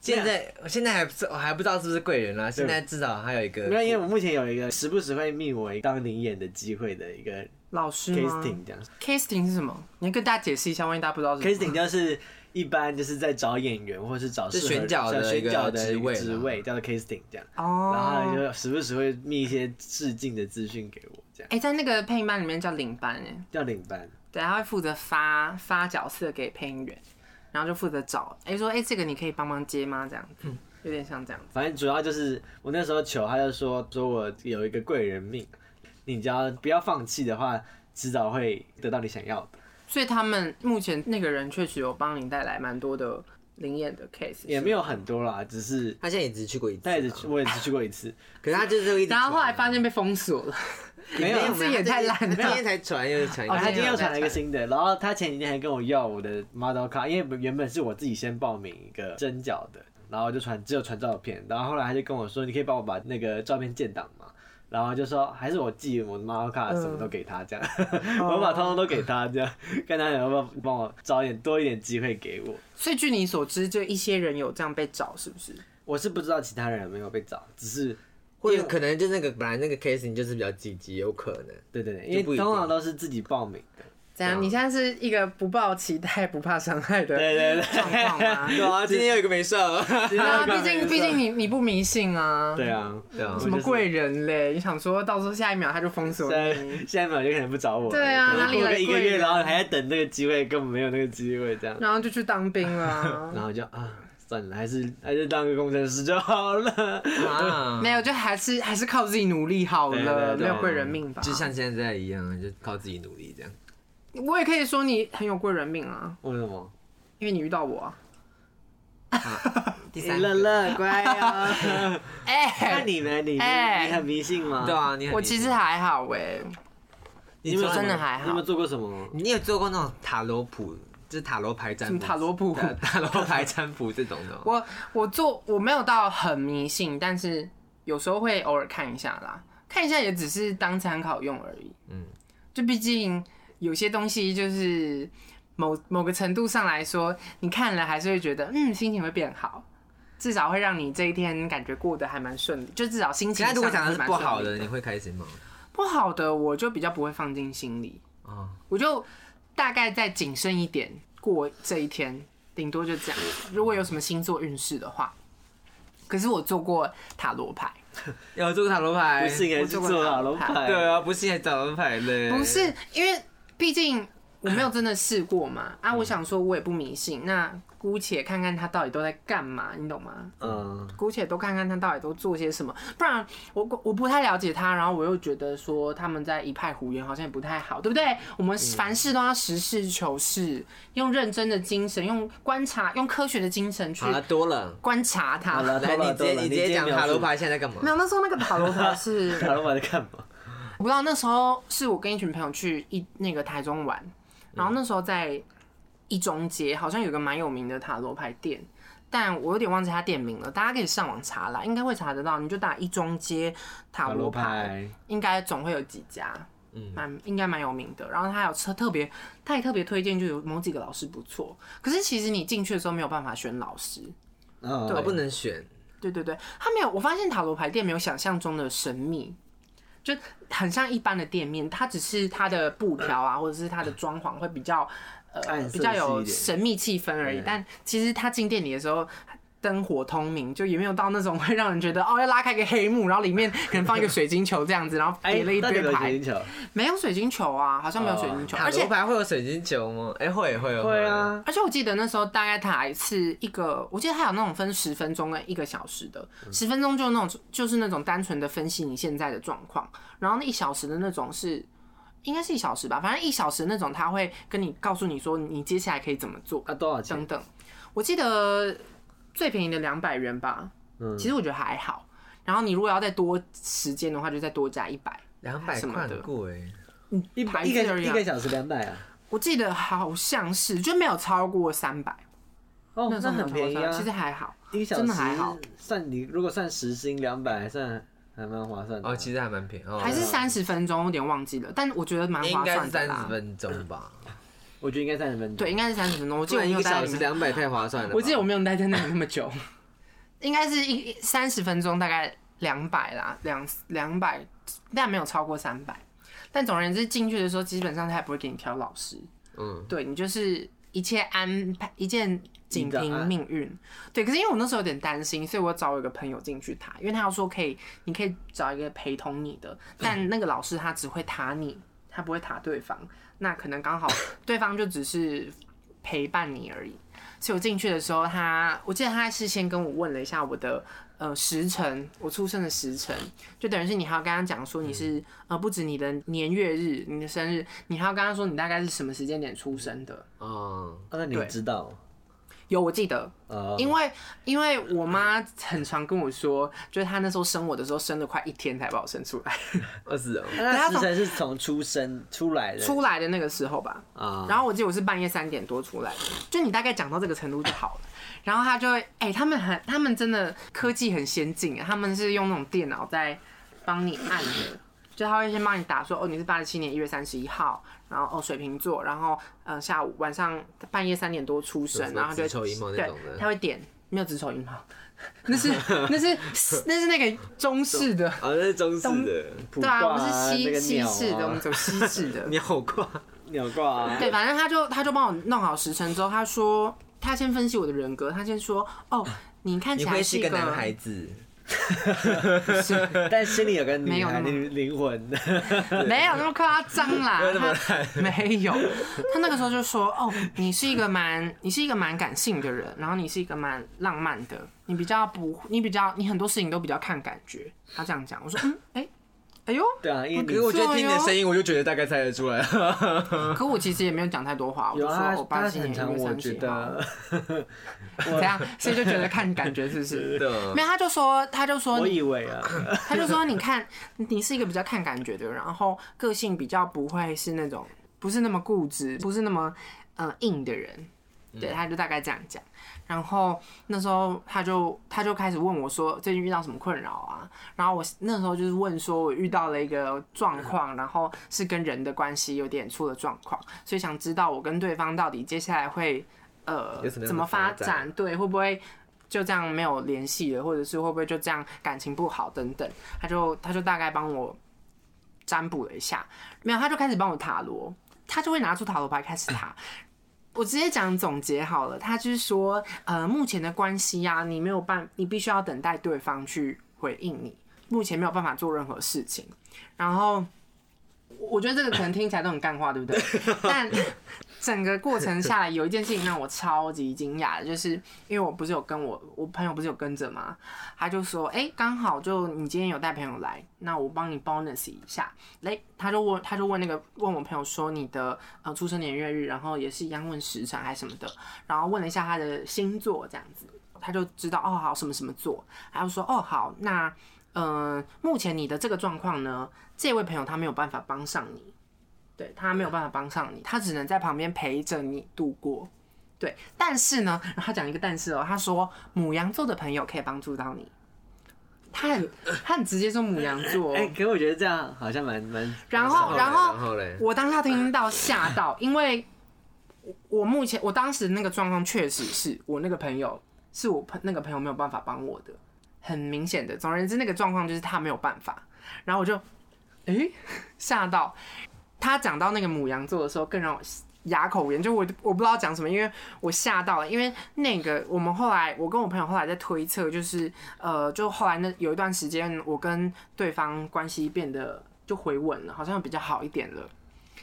Speaker 4: 现在现在还不是我还不知道是不是贵人啦、现在至少还有一
Speaker 2: 没有，因为
Speaker 4: 个。
Speaker 2: 我目前有一个时不时会命我当灵演的机会的一个
Speaker 1: 老师吗
Speaker 2: casting 这样
Speaker 1: casting 是什么？你要跟大家解释一下，万一大家不知道是什么。
Speaker 2: ，casting 就是一般就是在找演员或是找适合
Speaker 4: 是选角的
Speaker 2: 找
Speaker 4: 一
Speaker 2: 选
Speaker 4: 个
Speaker 2: 角的
Speaker 4: 职
Speaker 2: 一个
Speaker 4: 位
Speaker 2: 职
Speaker 4: 啦
Speaker 2: 位叫做 casting 这样，然
Speaker 1: 哦
Speaker 2: 后。就时不时会密一些致敬的资讯给我，这样
Speaker 1: 哎，在那个配音班里面叫领班哎。
Speaker 2: 叫领班。
Speaker 1: 对，他会负责发发角色给配音员，然后就负责找，哎、说，哎、这个你可以帮忙接吗？这样
Speaker 2: 嗯
Speaker 1: 子，有点像这样子。
Speaker 2: 反正主要就是我那时候求，他就说说我有一个贵人命，你只要不要放弃的话，迟早会得到你想要的。
Speaker 1: 所以他们目前那个人确实有帮你带来蛮多的灵验的 case，
Speaker 2: 也没
Speaker 1: 有。
Speaker 2: 有很多啦，只是
Speaker 4: 他现在也只去过一次啊
Speaker 2: 那也只去我也只去过一次，
Speaker 4: 可是他就是一
Speaker 1: 然后后来发现被封锁了，
Speaker 2: 没有
Speaker 1: 没。有自己也太烂了
Speaker 4: 啊今天才传又传，
Speaker 2: 哦，他今天
Speaker 1: 没
Speaker 2: 又
Speaker 1: 有
Speaker 2: 传了一个新的，然后他前几天还跟我要我的 model card，因为原本是我自己先报名一个真角的，然后就传只有传照片，然后后来他就跟我说，你可以帮我把那个照片建档嘛，然后就说还是我寄我的 model
Speaker 1: 嗯
Speaker 2: card 什么都给他这样，
Speaker 1: 哦
Speaker 2: *laughs* 我把通通都给他这样，看他有没有帮我找点多一点机会给我。
Speaker 1: 所以据你所知，就一些人有这样被找，是不是？
Speaker 2: 我是不知道其他人有没有被找，只是
Speaker 3: 或者可能就那个本来那个 casing 就是比较积极，有可能。
Speaker 2: 对对对，因为
Speaker 3: 就不一定
Speaker 2: 通常都是自己报名的，
Speaker 1: 怎样？你现在是一个不抱期待、不怕伤害的
Speaker 2: 啊对对对
Speaker 1: 状况吗？
Speaker 3: 有啊，今天又有一个没上，
Speaker 1: 对
Speaker 2: *laughs*
Speaker 1: 啊，毕竟毕竟你你不迷信啊，
Speaker 2: 对啊，
Speaker 4: 对啊
Speaker 1: 什么贵人嘞？你想说到时候下一秒他就封锁你，
Speaker 2: 现在现在秒就可能不找我了。
Speaker 1: 嗯对啊
Speaker 2: 可能
Speaker 1: 哪里
Speaker 2: 过
Speaker 1: 来
Speaker 2: 个一个
Speaker 1: 贵
Speaker 2: 月，
Speaker 1: 人
Speaker 2: 然后还在等那个机会，根本没有那个机会这样，
Speaker 1: 然后就去当兵了啊、
Speaker 2: *laughs* 然后就啊，算了，还是还是当个工程师就好
Speaker 4: *laughs*
Speaker 2: 了。*laughs*
Speaker 4: 啊
Speaker 1: 没有，就还是还是靠自己努力好
Speaker 2: 对对
Speaker 1: 了，
Speaker 2: 对
Speaker 1: 没有贵人命吧？
Speaker 4: 就像现在一样，就靠自己努力这样。
Speaker 1: 我也可以说你很有贵人命啊，
Speaker 2: 为什么？
Speaker 1: 因为你遇到我、啊。
Speaker 4: 第
Speaker 2: 乐乐乖哦。
Speaker 1: 哎、
Speaker 2: *laughs* 那你呢？你
Speaker 1: 哎
Speaker 2: 你很迷信吗？
Speaker 4: 对，啊，你很
Speaker 1: *laughs* 我其实还好哎、
Speaker 2: *laughs* 你有没有
Speaker 1: 真的
Speaker 2: 什么
Speaker 1: 还好
Speaker 2: 你有没有做过什么？
Speaker 4: 你有做过那种塔罗谱，就是塔罗牌占
Speaker 1: 什么
Speaker 4: 卜，
Speaker 1: 塔罗卜
Speaker 4: 塔 *laughs* 塔罗牌占卜这种的吗。
Speaker 1: *laughs* 我我做我没有到很迷信，但是有时候会偶尔看一下啦，看一下也只是当参考用而已。嗯，就毕竟有些东西就是某某个程度上来说，你看了还是会觉得，嗯，心情会变好，至少会让你这一天感觉过得还蛮顺利，就至少心情
Speaker 4: 现在
Speaker 1: 上
Speaker 4: 如果讲的
Speaker 1: 的
Speaker 4: 是不好的，你会开心吗？
Speaker 1: 不好的我就比较不会放进心里，
Speaker 4: 哦，
Speaker 1: 我就大概再谨慎一点过这一天，顶多就这样。如果有什么星座运势的话，可是我做过塔罗牌，
Speaker 4: 有做过塔罗牌？
Speaker 2: 不信还
Speaker 1: 哎我
Speaker 2: 是
Speaker 1: 做过
Speaker 2: 做
Speaker 1: 塔
Speaker 2: 塔
Speaker 1: 罗
Speaker 2: 罗
Speaker 1: 牌
Speaker 2: 牌？
Speaker 4: 对啊，不信还塔罗牌嘞？
Speaker 1: 不是因为毕竟我没有真的试过嘛，啊，我想说我也不迷信，那姑且看看他到底都在干嘛，你懂吗？
Speaker 2: 嗯，
Speaker 1: 姑且都看看他到底都做些什么，不然我我不太了解他，然后我又觉得说他们在一派胡言，好像也不太好，对不对？我们凡事都要实事求是，用认真的精神，用观察，用科学的精神去
Speaker 3: 好了多了。
Speaker 1: 观察他。
Speaker 2: 好了，
Speaker 3: 来，你
Speaker 2: 多了
Speaker 3: 直接
Speaker 2: 多了
Speaker 3: 你直接讲塔罗牌现在在干
Speaker 1: 没
Speaker 3: 嘛？
Speaker 1: 有，那时候那个塔罗牌是 *laughs*
Speaker 2: 你塔罗牌在干嘛？
Speaker 1: 我不知道那时候是我跟一群朋友去一那个台中玩，然后那时候在一中街好像有个蛮有名的塔罗牌店，但我有点忘记它店名了，大家可以上网查啦，应该会查得到。你就打一中街塔罗牌，，应该总会有几家，嗯，蛮应该蛮有名的。然后它还有车特别，它也特别推荐，就有某几个老师不错。可是其实你进去的时候没有办法选老师，
Speaker 2: 嗯，
Speaker 1: 对
Speaker 3: 我不能选，
Speaker 1: 对对对，它没有，我发现塔罗牌店没有想象中的神秘，就很像一般的店面，它只是它的布条啊，或者是它的装潢会比较呃
Speaker 2: *clears throat* 暗
Speaker 1: 比
Speaker 2: 色
Speaker 1: 较有
Speaker 2: 系一点
Speaker 1: 神秘气氛而已。但其实他进店里的时候。灯火通明，就也没有到那种会让人觉得哦要拉开一个黑幕，然后里面可能放一个水晶球这样子，然后
Speaker 2: 哎，
Speaker 1: 叠了一
Speaker 2: 到底
Speaker 1: 堆
Speaker 2: 有没有哦水
Speaker 1: 牌
Speaker 2: 晶，球，
Speaker 1: 没有水晶球啊，好像没有水晶球，
Speaker 3: 塔
Speaker 1: 而且
Speaker 3: 罗牌会有水晶球吗？哎、会会
Speaker 2: 会，啊，
Speaker 1: 而且我记得那时候大概打一次一个，我记得它有那种分十分钟跟一个小时的，十分钟就那种就是那种单纯的分析你现在的状况，然后那一小时的那种是。应该是一小时吧，反正一小时那种他会跟你告诉你说你接下来可以怎么做呃
Speaker 2: 啊多少
Speaker 1: 等
Speaker 2: 钱？
Speaker 1: 等。我记得最便宜的两百元吧，
Speaker 2: 嗯
Speaker 1: 其实我觉得还好。然后你如果要再多时间的话，就再多加一百。
Speaker 3: 两百
Speaker 1: 什么
Speaker 3: 块
Speaker 1: 的
Speaker 3: 很贵，
Speaker 2: 一
Speaker 1: 牌
Speaker 2: 一
Speaker 1: 子而
Speaker 2: 个
Speaker 1: 已
Speaker 2: 一
Speaker 1: 啊
Speaker 2: 个小时两百啊，
Speaker 1: 我记得好像是就没有超过三百、
Speaker 2: 哦，
Speaker 1: 那时
Speaker 2: 那
Speaker 1: 候没有
Speaker 2: 很
Speaker 1: 超过
Speaker 2: 便宜
Speaker 1: 300
Speaker 2: 啊，
Speaker 1: 其实还好。
Speaker 2: 一个小
Speaker 1: 真
Speaker 2: 时
Speaker 1: 的还好，
Speaker 2: 算你如果算时薪两百，还算还蛮划算的啊。
Speaker 3: 哦，其实还蛮便宜，哦
Speaker 1: 还是三十分钟，我有点忘记了，但我觉得蛮
Speaker 3: 应
Speaker 1: 划
Speaker 3: 该
Speaker 1: 算
Speaker 3: 是
Speaker 1: 的
Speaker 3: 三
Speaker 1: 啦
Speaker 3: 十。分钟吧，
Speaker 2: 我觉得应该三十分钟。
Speaker 1: 对，，应该是三十分钟。我记
Speaker 3: 不
Speaker 1: 得我
Speaker 3: 然
Speaker 1: 没
Speaker 3: 一
Speaker 1: 有
Speaker 3: 个
Speaker 1: 待在
Speaker 3: 小
Speaker 1: 里
Speaker 3: 时
Speaker 1: 面，
Speaker 3: 两百太划算了吧。
Speaker 1: 我记得我没有待在那里那么
Speaker 3: *laughs*
Speaker 1: 久，应该是一三十分钟，大概两百啦，两两百，但没有超过三百。但总而言之，进去的时候基本上他也不会给你挑老师，
Speaker 3: 嗯，
Speaker 1: 对你就是一切安排，一键仅
Speaker 2: 你的
Speaker 1: 凭
Speaker 2: 安
Speaker 1: 命运。对，可是因为我那时候有点担心，所以我找我一个朋友进去塔，因为他要说可以，你可以找一个陪同你的，
Speaker 2: *laughs*
Speaker 1: 但那个老师他只会塔你，他不会塔对方。那可能刚
Speaker 2: *laughs*
Speaker 1: 好对方就只是陪伴你而已。所以我进去的时候他，我记得他事先跟我问了一下我的呃时辰，我出生的时辰，就等于是你还要跟他讲说你
Speaker 2: 嗯
Speaker 1: 是、呃不止你的年月日、你的生日，你还要跟他说你大概是什么时间点出生的。
Speaker 3: 哦，
Speaker 2: 啊那你
Speaker 1: 对
Speaker 2: 知道？
Speaker 1: 有，我记得，
Speaker 2: 呃，
Speaker 1: 因为因为我妈很常跟我说，就是她那时候生我的时候生了快一天才把我生出来，
Speaker 3: 二十哦，
Speaker 2: 那时辰是从出生出来的
Speaker 1: 出来的那个时候吧。
Speaker 2: 啊，
Speaker 1: 然后我记得我是半夜三点多出来的，就你大概讲到这个程度就好了。然后他就会，哎、他们很，他们真的科技很先进，啊他们是用那种电脑在帮你按的，就他会先帮你打说，哦，你是八十七年一月三十一号，然后哦水瓶座，然后呃下午晚上半夜三点多出生，然后他就
Speaker 3: 子丑寅卯那
Speaker 1: 对
Speaker 3: 种，的
Speaker 1: 他会点没有子丑寅卯， *laughs* 那是那是那是那个中式
Speaker 2: *laughs*
Speaker 1: 的，
Speaker 3: 哦，那是中式的
Speaker 2: 卜
Speaker 1: 对啊，
Speaker 2: 卦
Speaker 1: 我们是
Speaker 2: 那
Speaker 1: 西
Speaker 2: 个
Speaker 1: 西
Speaker 2: 鸟
Speaker 1: 式的，我
Speaker 2: 啊
Speaker 1: 们走西式的。
Speaker 3: 鸟挂，
Speaker 2: 鸟卦啊，
Speaker 1: 对，反正他就他就帮我弄好时辰之后，他说他先分析我的人格，他先说哦，你看
Speaker 3: 你
Speaker 1: 起
Speaker 3: 会
Speaker 1: 来
Speaker 3: 是一
Speaker 1: 个
Speaker 3: 个男孩子，
Speaker 2: 但心里有个
Speaker 1: 没
Speaker 2: 女
Speaker 1: 有那
Speaker 2: 孩
Speaker 1: 么
Speaker 2: 灵灵魂，
Speaker 1: 没有那么夸张
Speaker 2: *laughs*
Speaker 1: 啦，他没有，他那个时候就说哦，你是一个蛮你是一个蛮感性的人，然后你是一个蛮浪漫的，你比较不你比较你很多事情都比较看感觉，他这样讲，我说嗯，哎、哎呦，
Speaker 2: 对啊，因为
Speaker 3: 可
Speaker 2: 你
Speaker 3: 是我觉得听你的
Speaker 1: 错哟
Speaker 3: 声音，我就觉得大概猜得出来。
Speaker 1: 可我其实也没有讲太多话，我就
Speaker 2: 有
Speaker 1: 说
Speaker 2: 啊
Speaker 1: 我，八
Speaker 2: 他
Speaker 1: 七
Speaker 2: 很
Speaker 1: 年一
Speaker 2: 常
Speaker 1: 月
Speaker 2: 我
Speaker 1: 三
Speaker 2: 觉
Speaker 1: 十号，嗯
Speaker 2: 得，
Speaker 1: 怎样？所以就觉得看感觉是不
Speaker 2: *laughs*
Speaker 1: 是？
Speaker 3: 的
Speaker 1: 没有，他就说他就说
Speaker 2: 我
Speaker 1: 你
Speaker 2: 以
Speaker 1: *laughs*
Speaker 2: 为啊，
Speaker 1: 他就说：“你看，你是一个比较看感觉的人，然后个性比较不会是那种不是那么固执，不是那么呃硬的人。”
Speaker 3: 嗯
Speaker 1: 对，他就大概这样讲。然后那时候他就他就开始问我说：“最近遇到什么困扰啊？”然后我那时候就是问说，我遇到了一个状况，然后是跟人的关系有点出了状况，所以想知道我跟对方到底接下来会呃
Speaker 3: 有什么样的
Speaker 1: 怎么发
Speaker 3: 发展
Speaker 1: 展，对，会不会就这样没有联系了，或者是会不会就这样感情不好等等，他就他就大概帮我占卜了一下，没有，他就开始帮我塔罗，他就会拿出塔罗牌开始塔。我直接讲总结好了，他就是说，呃，目前的关系啊，你没有办，你必须要等待对方去回应你，目前没有办法做任何事情。然后，我我觉得这个可能听起来都很干话，对不对？但整个过程下来，有一件事情让我超级惊讶的，就是因为我不是有跟我我朋友不是有跟着吗？他就说，哎、刚好就你今天有带朋友来，那我帮你 bonus 一下。嘞，他就问他就问那个问我朋友说你的呃出生年月日，然后也是一样问时辰还是什么的，然后问了一下他的星座这样子，他就知道哦好什么什么座，还有说哦好那呃目前你的这个状况呢，这位朋友他没有办法帮上你，对他没有办法帮上你，他只能在旁边陪着你度过。对，但是呢， *laughs* 然后他讲一个但是哦，他说母羊座的朋友可以帮助到你，他很他很直接说母羊座哦、
Speaker 2: 哎，可是我觉得这样好像蛮
Speaker 1: *laughs*
Speaker 2: 蛮，
Speaker 1: 然后然后
Speaker 3: 然后嘞，
Speaker 1: 我当下听到吓到，因为我我目前我当时那个状况确实是我那个朋友是我朋那个朋友没有办法帮我的，很明显的。总而言之，那个状况就是他没有办法。然后我就，诶，吓到。他讲到那个母羊座的时候，更让我哑口无言，就我我不知道讲什么，因为我吓到了。因为那个我们后来，我跟我朋友后来在推测，就是呃，就后来那有一段时间，我跟对方关系变得就回稳了，好像比较好一点了。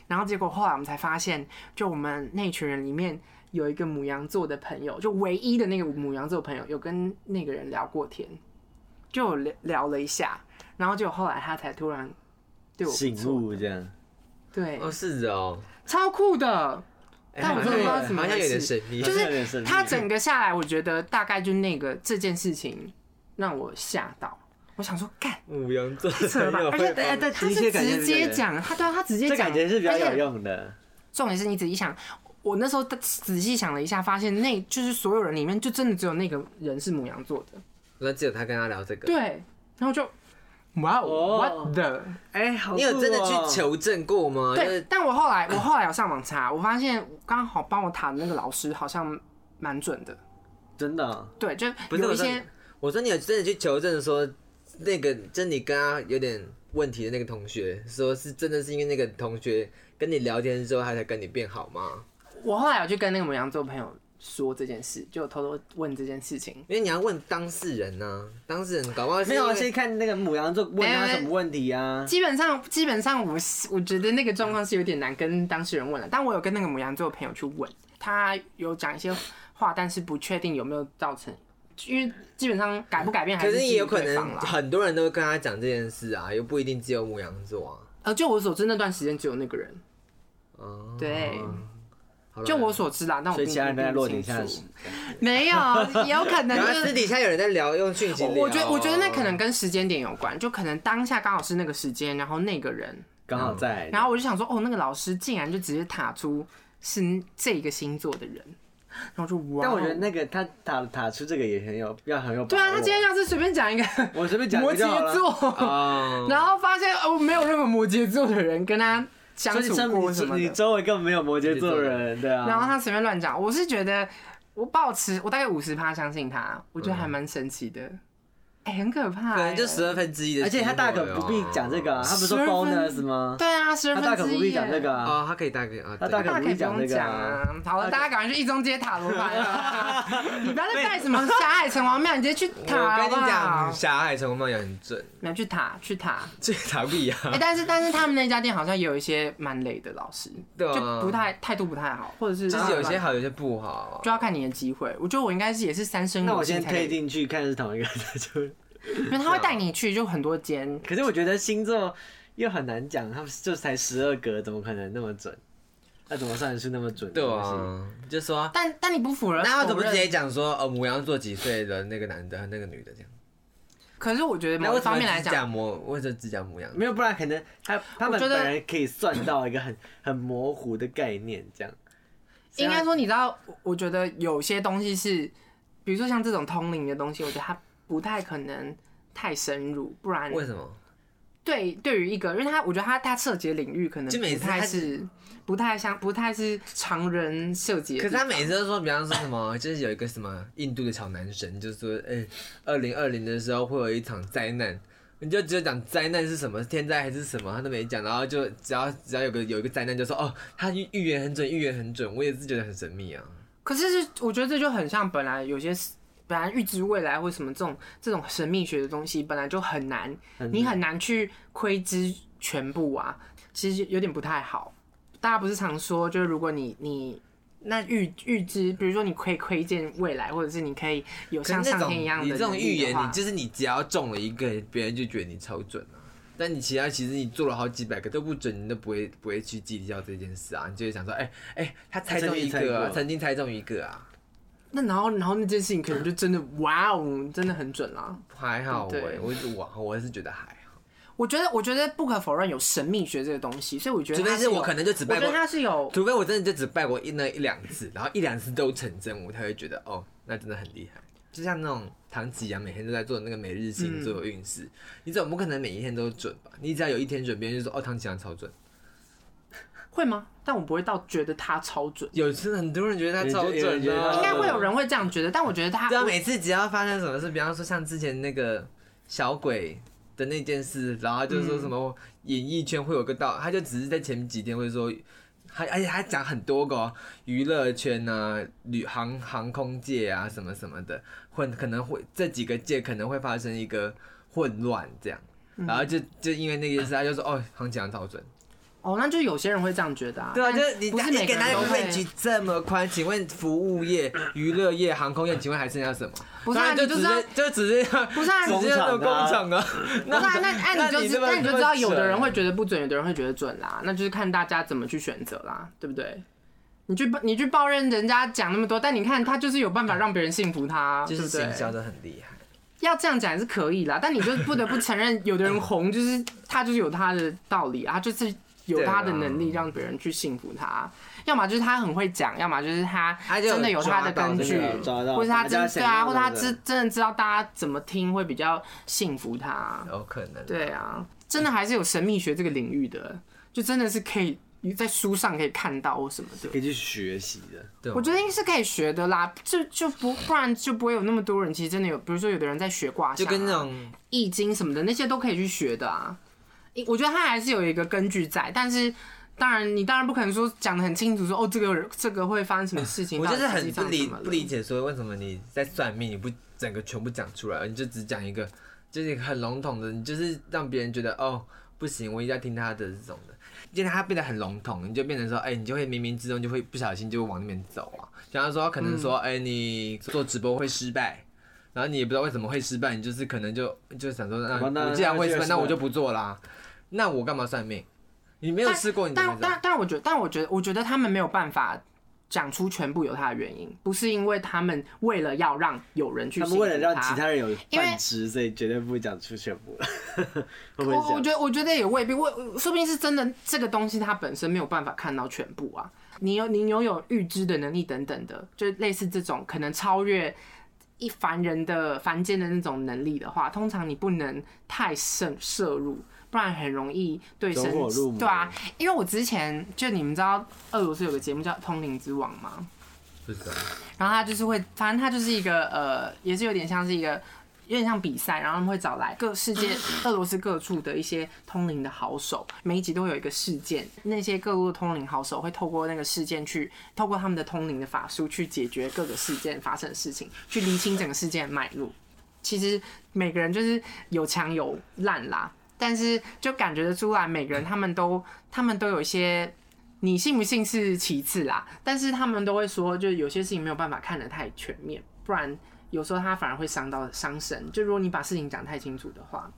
Speaker 1: 然后结果后来我们才发现，就我们那群人里面有一个母羊座的朋友，就唯一的那个母羊座朋友有跟那个人聊过天，就有聊聊了一下，然后就后来他才突然对我不
Speaker 2: 醒
Speaker 1: 错，
Speaker 2: 悟这样。
Speaker 1: 对，
Speaker 3: 哦，是哦，
Speaker 1: 超酷的。
Speaker 3: 哎
Speaker 1: 但我真的不知道怎么
Speaker 3: 好像有
Speaker 1: 回
Speaker 3: 点
Speaker 1: 事
Speaker 3: 神秘，
Speaker 1: 就
Speaker 2: 好像有点
Speaker 1: 是
Speaker 2: 神秘
Speaker 1: 他整个下来，我觉得大概就那个这件事情让我吓到。我想说，干
Speaker 3: 母羊座
Speaker 1: 扯了吧？而且，对对，他
Speaker 2: 直
Speaker 1: 是
Speaker 2: 接感觉
Speaker 1: 直接讲，他对啊他直接
Speaker 2: 这
Speaker 1: 讲，
Speaker 2: 感觉是比较
Speaker 1: 而且
Speaker 2: 有用的。
Speaker 1: 重点是你仔细想，我那时候仔细想了一下，发现那就是所有人里面，就真的只有那个人是母羊座的。
Speaker 3: 那只有他跟他聊这个。
Speaker 1: 对，然后就哇哦
Speaker 2: 哦
Speaker 1: ，what the？
Speaker 2: 哎，
Speaker 1: 啊
Speaker 2: 好
Speaker 3: 你有真的去
Speaker 2: 酷哦
Speaker 3: 求证过吗？就
Speaker 1: 对
Speaker 3: 是，
Speaker 1: 但我后来我后来有上网查，我发现刚好帮我塔的那个老师好像蛮准的。
Speaker 2: 真的哦
Speaker 1: 对，就
Speaker 3: 不是
Speaker 1: 有一
Speaker 3: 我说
Speaker 1: 些，
Speaker 3: 我说你有真的去求证说那个，就你跟他有点问题的那个同学，说是真的是因为那个同学跟你聊天之后，他才跟你变好吗？
Speaker 1: 我后来有去跟那个母羊座朋友说这件事，就偷偷问这件事情。
Speaker 3: 因为你要问当事人呢、当事人搞不好是
Speaker 2: 没有啊，
Speaker 3: 因为
Speaker 2: 先看那个母羊座问他什么问题啊？
Speaker 1: 基本上，基本上我是我觉得那个状况是有点难跟当事人问了，但我有跟那个母羊座的朋友去问，他有讲一些话，但是不确定有没有造成，因为基本上改不改变还
Speaker 3: 可是
Speaker 1: 基于
Speaker 3: 也有可
Speaker 1: 对方
Speaker 3: 能
Speaker 1: 啦
Speaker 3: 很多人都跟他讲这件事啊，又不一定只有母羊座啊。
Speaker 1: 呃，就我所知那段时间只有那个人，
Speaker 3: 哦，
Speaker 1: 对，
Speaker 3: 好啦
Speaker 1: 就我所知啦，但我
Speaker 2: 所
Speaker 1: 并
Speaker 2: 以其他人
Speaker 1: 不
Speaker 2: 都在
Speaker 1: 并
Speaker 2: 落
Speaker 1: 不
Speaker 2: 井
Speaker 1: 清
Speaker 2: 下
Speaker 1: 楚
Speaker 2: 石，。
Speaker 1: 没有，也有可能
Speaker 3: 然
Speaker 1: 就
Speaker 3: 后私
Speaker 1: 是。
Speaker 3: 底下有人在聊，用讯息聊。啊
Speaker 1: 哦我觉得，我觉得那可能跟时间点有关，就可能当下刚好是那个时间，然后那个人，
Speaker 2: 刚好在。
Speaker 1: 然后我就想说，哦，那个老师竟然就直接塔出是这个星座的人，然后就哇哦，
Speaker 2: 但我觉得那个他打打出这个也很有，要很有把握。
Speaker 1: 对啊，他今天要是随便讲一个
Speaker 2: 我随便讲
Speaker 1: 摩
Speaker 2: 一个就
Speaker 1: 羯
Speaker 2: 好了。啊嗯
Speaker 1: 座， *laughs*
Speaker 3: 哦，
Speaker 1: 然后发现哦，没有任何摩羯座的人跟他相
Speaker 2: 所以
Speaker 1: 处
Speaker 2: 证
Speaker 1: 过
Speaker 2: 明
Speaker 1: 什么
Speaker 2: 你
Speaker 1: 的，
Speaker 2: 周围根本没有摩羯座的人，对啊。
Speaker 1: 然后他随便乱讲，我是觉得我保持我大概五十趴相信他，我觉得还
Speaker 2: 嗯
Speaker 1: 蛮神奇的，哎，很可怕欸，
Speaker 3: 可能就十二分之一的
Speaker 2: 而
Speaker 3: 机
Speaker 2: 且
Speaker 3: 会哦，
Speaker 2: 他大可不必讲这个啊，他不是说 bonus 吗？
Speaker 1: 对啊，十
Speaker 2: 他
Speaker 1: 二
Speaker 2: 大
Speaker 1: 分
Speaker 2: 可
Speaker 1: 之
Speaker 2: 不
Speaker 1: 一
Speaker 2: 必
Speaker 1: 耶，
Speaker 2: 讲这个啊。
Speaker 3: 哦，他可以大可以啊，
Speaker 2: 他
Speaker 3: 对
Speaker 2: 大可
Speaker 1: 大可以不用讲
Speaker 2: 大
Speaker 1: 啊。好
Speaker 3: 呃
Speaker 1: 了，大家赶快去一中街塔罗牌
Speaker 3: *laughs*
Speaker 1: 了，你不要再带什么霞海城隍庙，你直接去塔
Speaker 3: 我
Speaker 1: 好
Speaker 3: 跟
Speaker 1: 不
Speaker 3: 你讲，
Speaker 1: 好？
Speaker 3: 霞海城隍庙也很准，
Speaker 1: 你要去塔，去塔。
Speaker 3: 这塔币
Speaker 1: 哎、
Speaker 3: 啊，
Speaker 1: 但是但是他们那家店好像也有一些蛮累的老师，
Speaker 3: 对啊
Speaker 1: 就不太态度不太好，或者是
Speaker 3: 就是有些好，有些不好。啊
Speaker 1: 就要看你的机会。我觉得我应该是也是三生
Speaker 2: 那
Speaker 1: 有
Speaker 2: 我
Speaker 1: 幸
Speaker 2: 先
Speaker 1: 才可
Speaker 2: 推
Speaker 1: 以，
Speaker 2: 进去看是同一个，就 *laughs*
Speaker 1: 因为他
Speaker 3: 啊
Speaker 1: 会带你去就很多间，
Speaker 2: 可是我觉得星座又很难讲，他们就才十二格，怎么可能那么准？那怎么算是那么准？
Speaker 3: 对，啊，就说，
Speaker 1: 但但你不符合，
Speaker 3: 那他怎么
Speaker 1: 否
Speaker 3: 直
Speaker 1: 认
Speaker 3: 接？讲说，呃，母羊座几岁的那个男的和那个女的这样？
Speaker 1: 可是我觉得
Speaker 3: 那
Speaker 1: 某
Speaker 3: 为
Speaker 1: 一
Speaker 3: 什
Speaker 1: 方
Speaker 3: 么
Speaker 1: 面来
Speaker 3: 只讲
Speaker 1: 讲，
Speaker 3: 母，为什么只讲母羊？
Speaker 2: 没有，不然可能他他
Speaker 1: 我
Speaker 2: 们
Speaker 1: 觉
Speaker 2: 本
Speaker 1: 得
Speaker 2: 人可以算到一个很 *coughs* 很模糊的概念，这样。
Speaker 1: 应该说你知道，我我觉得有些东西是，比如说像这种通灵的东西，我觉得它不太可能太深入，不然
Speaker 3: 为什么？
Speaker 1: 对对于一个，因为他我觉得他他涉及的领域可能
Speaker 3: 就每
Speaker 1: 不
Speaker 3: 次
Speaker 1: 太
Speaker 3: 他
Speaker 1: 是不太像不太是常人涉及的
Speaker 3: 可
Speaker 1: 地
Speaker 3: 是
Speaker 1: 方，
Speaker 3: 他每次都说，比方说什么， *coughs* 就是有一个什么印度的小男神，就是说，哎、二零二零的时候会有一场灾难，你就只有讲灾难是什么，天灾还是什么，他都没讲，然后就只要只要有个有一个灾难，就说哦，他预预言很准，预言很准，我也是觉得很神秘啊。
Speaker 1: 可是是我觉得这就很像本来有些本来预知未来或什么这种这种神秘学的东西本来就很难，
Speaker 2: 很
Speaker 1: 你很难去窥知全部啊，其实有点不太好。大家不是常说，就是如果你你那预预知，比如说你可以窥见未来，或者是你可以有
Speaker 3: 可是
Speaker 1: 像
Speaker 3: 那
Speaker 1: 上
Speaker 3: 种
Speaker 1: 天一样的
Speaker 3: 你这种
Speaker 1: 能力的
Speaker 3: 预言，
Speaker 1: 话
Speaker 3: 你就是你只要中了一个，别人就觉得你超准啊。但你其他其实你做了好几百个都不准，你都不会不会去记掉这件事啊，你就会想说，哎、哎、他猜中一个、啊，曾经猜中一个啊，
Speaker 1: 那然后然后那件事情可能就真的哇哦，真的很准啦、
Speaker 3: 还好哎、
Speaker 1: 对不对
Speaker 3: 我我我是觉得还好，
Speaker 1: 我觉得，我觉得不可否认有神秘学这个东西，所以我觉得
Speaker 3: 除非
Speaker 1: 它
Speaker 3: 是我
Speaker 1: 有
Speaker 3: 可能就只
Speaker 1: 我
Speaker 3: 拜
Speaker 1: 觉
Speaker 3: 过
Speaker 1: 得，它是有，
Speaker 3: 除非我真的就只拜过一那一两次，然后一两次都成真，我才会觉得哦，那真的很厉害。就像那种唐吉啊，每天都在做那个每日星座运势，你总不可能每一天都准吧？你只要有一天准，别人就说哦，唐吉阳超准。
Speaker 1: 会吗？但我不会到觉得他超准，
Speaker 3: 有时很多人觉得他超
Speaker 2: 有人
Speaker 3: 准
Speaker 2: 觉得
Speaker 3: 的、
Speaker 2: 他
Speaker 3: 啊，
Speaker 1: 应该会有人会这样觉得，但我觉得他
Speaker 3: 对啊，每次只要发生什么事，比方说像之前那个小鬼的那件事，然后他就说什
Speaker 2: 嗯
Speaker 3: 么演艺圈会有个道，他就只是在前几天会说，还而且他讲很多个哦娱乐圈啊、旅航航空界啊什么什么的，混可能会这几个界可能会发生一个混乱这样，然后就就因为那件事，他就说哦，好像讲得超准，
Speaker 1: 哦，那就有些人会这样觉得啊。
Speaker 3: 对啊，
Speaker 1: 但
Speaker 3: 就是你
Speaker 1: 不是
Speaker 3: 你
Speaker 1: 每
Speaker 3: 给
Speaker 1: 个
Speaker 3: 他
Speaker 1: 人都
Speaker 3: 问
Speaker 1: 会
Speaker 3: 局，这么宽，请问服务业、娱乐业、航空业，请问还剩下什么？
Speaker 1: 不是啊
Speaker 3: 当然就
Speaker 1: 你就知
Speaker 3: 只
Speaker 1: 道
Speaker 3: 是就只是
Speaker 1: 不是啊，你
Speaker 3: 只
Speaker 1: 不
Speaker 3: 是
Speaker 1: 是
Speaker 3: 那种工
Speaker 2: 工厂的啊
Speaker 3: 厂啊，
Speaker 1: 啊，那那你就知，
Speaker 3: 这么
Speaker 1: 那你就知道有的人
Speaker 3: 蠢
Speaker 1: 会觉得不准，有的人会觉得准啦，那就是看大家怎么去选择啦，对不对？你去你去抱怨人家讲那么多，但你看他就是有办法让别人信服他，啊
Speaker 3: 就是
Speaker 1: 对
Speaker 3: 行
Speaker 1: 不对
Speaker 3: 销？的很厉害。
Speaker 1: 要这样讲也是可以啦，但你就不得不承认，有的人红就是他就是有他的道理啊，他就是有他的能力让别人去信服他，要么就是他很会讲，要么就是他
Speaker 3: 他就有
Speaker 1: 真的有他的根据
Speaker 2: 抓到真的有，抓到
Speaker 1: 或者他
Speaker 2: 大
Speaker 1: 真
Speaker 2: 家
Speaker 1: 对
Speaker 2: 想要
Speaker 1: 啊，
Speaker 2: 的
Speaker 1: 或者他
Speaker 2: 对
Speaker 1: 知真的知道大家怎么听会比较信服他，
Speaker 3: 有可能，
Speaker 1: 对啊，真的还是有神秘学这个领域的，就真的是可以你在书上可以看到或什么的
Speaker 2: 可。以去学习的。
Speaker 3: 对，
Speaker 1: 我觉得是可以学的啦，就就不不然就不会有那么多人。其实真的有，比如说有的人在学卦
Speaker 3: 就
Speaker 1: 象啊、
Speaker 3: 跟那种
Speaker 1: 易经什么的那些都可以去学的啊。诶我觉得它还是有一个根据在，但是当然你当然不可能说讲的很清楚说哦这个这个会发生什么事情，
Speaker 3: 我就是
Speaker 1: 到底实
Speaker 3: 很
Speaker 1: 际
Speaker 3: 不
Speaker 1: 上
Speaker 3: 理
Speaker 1: 怎么了
Speaker 3: 不理解，说为什么你在算命，你不整个全部讲出来，你就只讲一个，就是很笼统的，你就是让别人觉得哦不行，我一定要听他的这种的。因为他变得很笼统，你就变成说，哎、你就会冥冥之中就会不小心就会往那边走啊。比方说，可能说，
Speaker 1: 嗯
Speaker 3: 哎、你做直播会失败，然后你也不知道为什么会失败，你就是可能就就想说，
Speaker 2: 好吧
Speaker 3: 那
Speaker 2: 那
Speaker 3: 我既然会失败，
Speaker 2: 那
Speaker 3: 那
Speaker 2: 就
Speaker 3: 我就不做啦。那我干嘛算命？你没有试过，你怎么
Speaker 1: 但
Speaker 3: 知道
Speaker 1: 但？但我觉得，但我觉得，我觉得他们没有办法讲出全部有他的原因，不是因为他们为了要让有人去
Speaker 2: 他
Speaker 1: 信
Speaker 2: 们
Speaker 1: 服
Speaker 2: 为了让其
Speaker 1: 他
Speaker 2: 他人有
Speaker 1: 因为
Speaker 2: 饭吃，所以绝对不会讲出全部。 *laughs* 会不会
Speaker 1: 我我
Speaker 2: 讲？
Speaker 1: 觉得我觉得也未必，我说不定是真的这个东西它本身没有办法看到全部啊。你有你拥有预知的能力等等的，就类似这种可能超越一凡人的凡间的那种能力的话，通常你不能太深摄入，不然很容易对
Speaker 2: 走
Speaker 1: 身
Speaker 2: 火入魔
Speaker 1: 对啊。因为我之前就你们知道俄罗斯有个节目叫《通灵之王》吗？
Speaker 3: 不知道，
Speaker 2: 啊
Speaker 1: 然后他就是会，反正他就是一个呃，也是有点像是一个，有点像比赛，然后他们会找来各世界俄罗斯各处的一些通灵的好手，每一集都会有一个事件，那些各路的通灵好手会透过那个事件去，透过他们的通灵的法术去解决各个事件发生的事情，去厘清整个事件的脉络。其实每个人就是有强有烂啦，但是就感觉得出来，每个人他们都他们都有一些你信不信是其次啦，但是他们都会说，就有些事情没有办法看得太全面，不然有时候他反而会伤到伤神。就如果你把事情讲太清楚的话，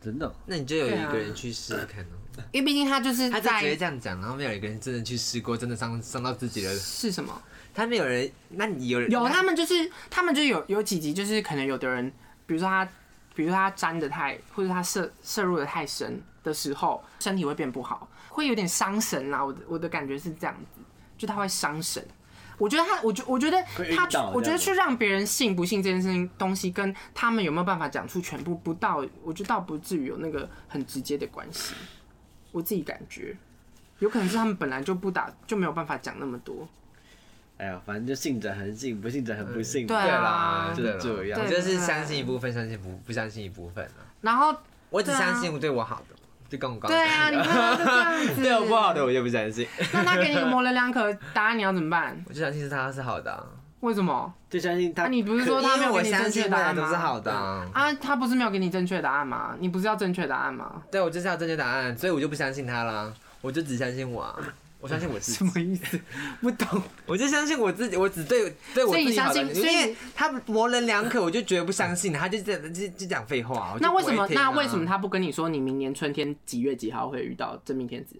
Speaker 2: 真的，
Speaker 3: 那你就有
Speaker 1: 对
Speaker 3: 一
Speaker 1: 啊
Speaker 3: 个人去试试看哦、
Speaker 1: 因为毕竟他就是
Speaker 3: 他就直接
Speaker 1: 在
Speaker 3: 这样讲，然后没有一个人真的去试过，真的伤伤到自己了。
Speaker 1: 是什么？
Speaker 3: 他没有人，那你有人
Speaker 2: 啊
Speaker 1: 有他们就是他们就有有几集就是可能有的人，比如说他，比如说他沾的太或者他摄摄入的太深的时候，身体会变不好，会有点伤神啦。我的我的感觉是这样子，就他会伤神。我觉得他，我觉我觉得
Speaker 2: 会晕
Speaker 1: 他
Speaker 2: 倒
Speaker 1: 去
Speaker 2: 这样，
Speaker 1: 我觉得
Speaker 2: 子
Speaker 1: 去让别人信不信这件事情东西，跟他们有没有办法讲出全部，不到，我觉得倒不至于有那个很直接的关系。我自己感觉，有可能是他们本来就不打，就没有办法讲那么多。
Speaker 2: 哎呀，反正就信者恒信，不信者恒不信。
Speaker 1: 对
Speaker 3: 对
Speaker 1: 啊
Speaker 3: 啦，
Speaker 2: 就
Speaker 3: 对啦
Speaker 2: 这样
Speaker 3: 我就是
Speaker 1: 对
Speaker 3: 相信一部分，相信不不相信一部分啊。
Speaker 1: 然后，
Speaker 3: 我只
Speaker 1: 对啊
Speaker 3: 相信对我好的，就跟我刚
Speaker 1: 对
Speaker 3: 刚 *laughs*
Speaker 1: 啊，你看他就这样子，
Speaker 3: 对啊我不好的我就不相信，
Speaker 1: 那他给你一个模棱两可的答案，你要怎么办？
Speaker 3: 我就相信是他是好的啊，
Speaker 1: 为什么？
Speaker 2: 就相信
Speaker 1: 那
Speaker 2: 他。
Speaker 1: 啊你不是说他没
Speaker 3: 因为
Speaker 1: 有
Speaker 3: 我
Speaker 1: 给你
Speaker 3: 相
Speaker 1: 正确
Speaker 3: 信
Speaker 1: 答
Speaker 3: 大家
Speaker 1: 案吗？
Speaker 3: 都是好的啊。
Speaker 1: 啊，他不是没有给你正确答案吗？你不是要正确答案吗？
Speaker 3: 对，我就是要正确答案，所以我就不相信他啦，我就只相信我啊，我相信我自己。
Speaker 1: 么意思？ *laughs* 不懂。
Speaker 3: 我就相信我自己，我只对对我
Speaker 1: 所以
Speaker 3: 自
Speaker 1: 你
Speaker 3: 己好的，
Speaker 1: 相信
Speaker 3: 因
Speaker 1: 所以
Speaker 3: 为
Speaker 1: 你
Speaker 3: 他模棱两可，我就觉得不相信他，就在就就讲废话。我就
Speaker 1: 那为什
Speaker 3: 不
Speaker 1: 么
Speaker 3: 会？听啊
Speaker 1: 那为什么？他不跟你说你明年春天几月几号会遇到真命天子？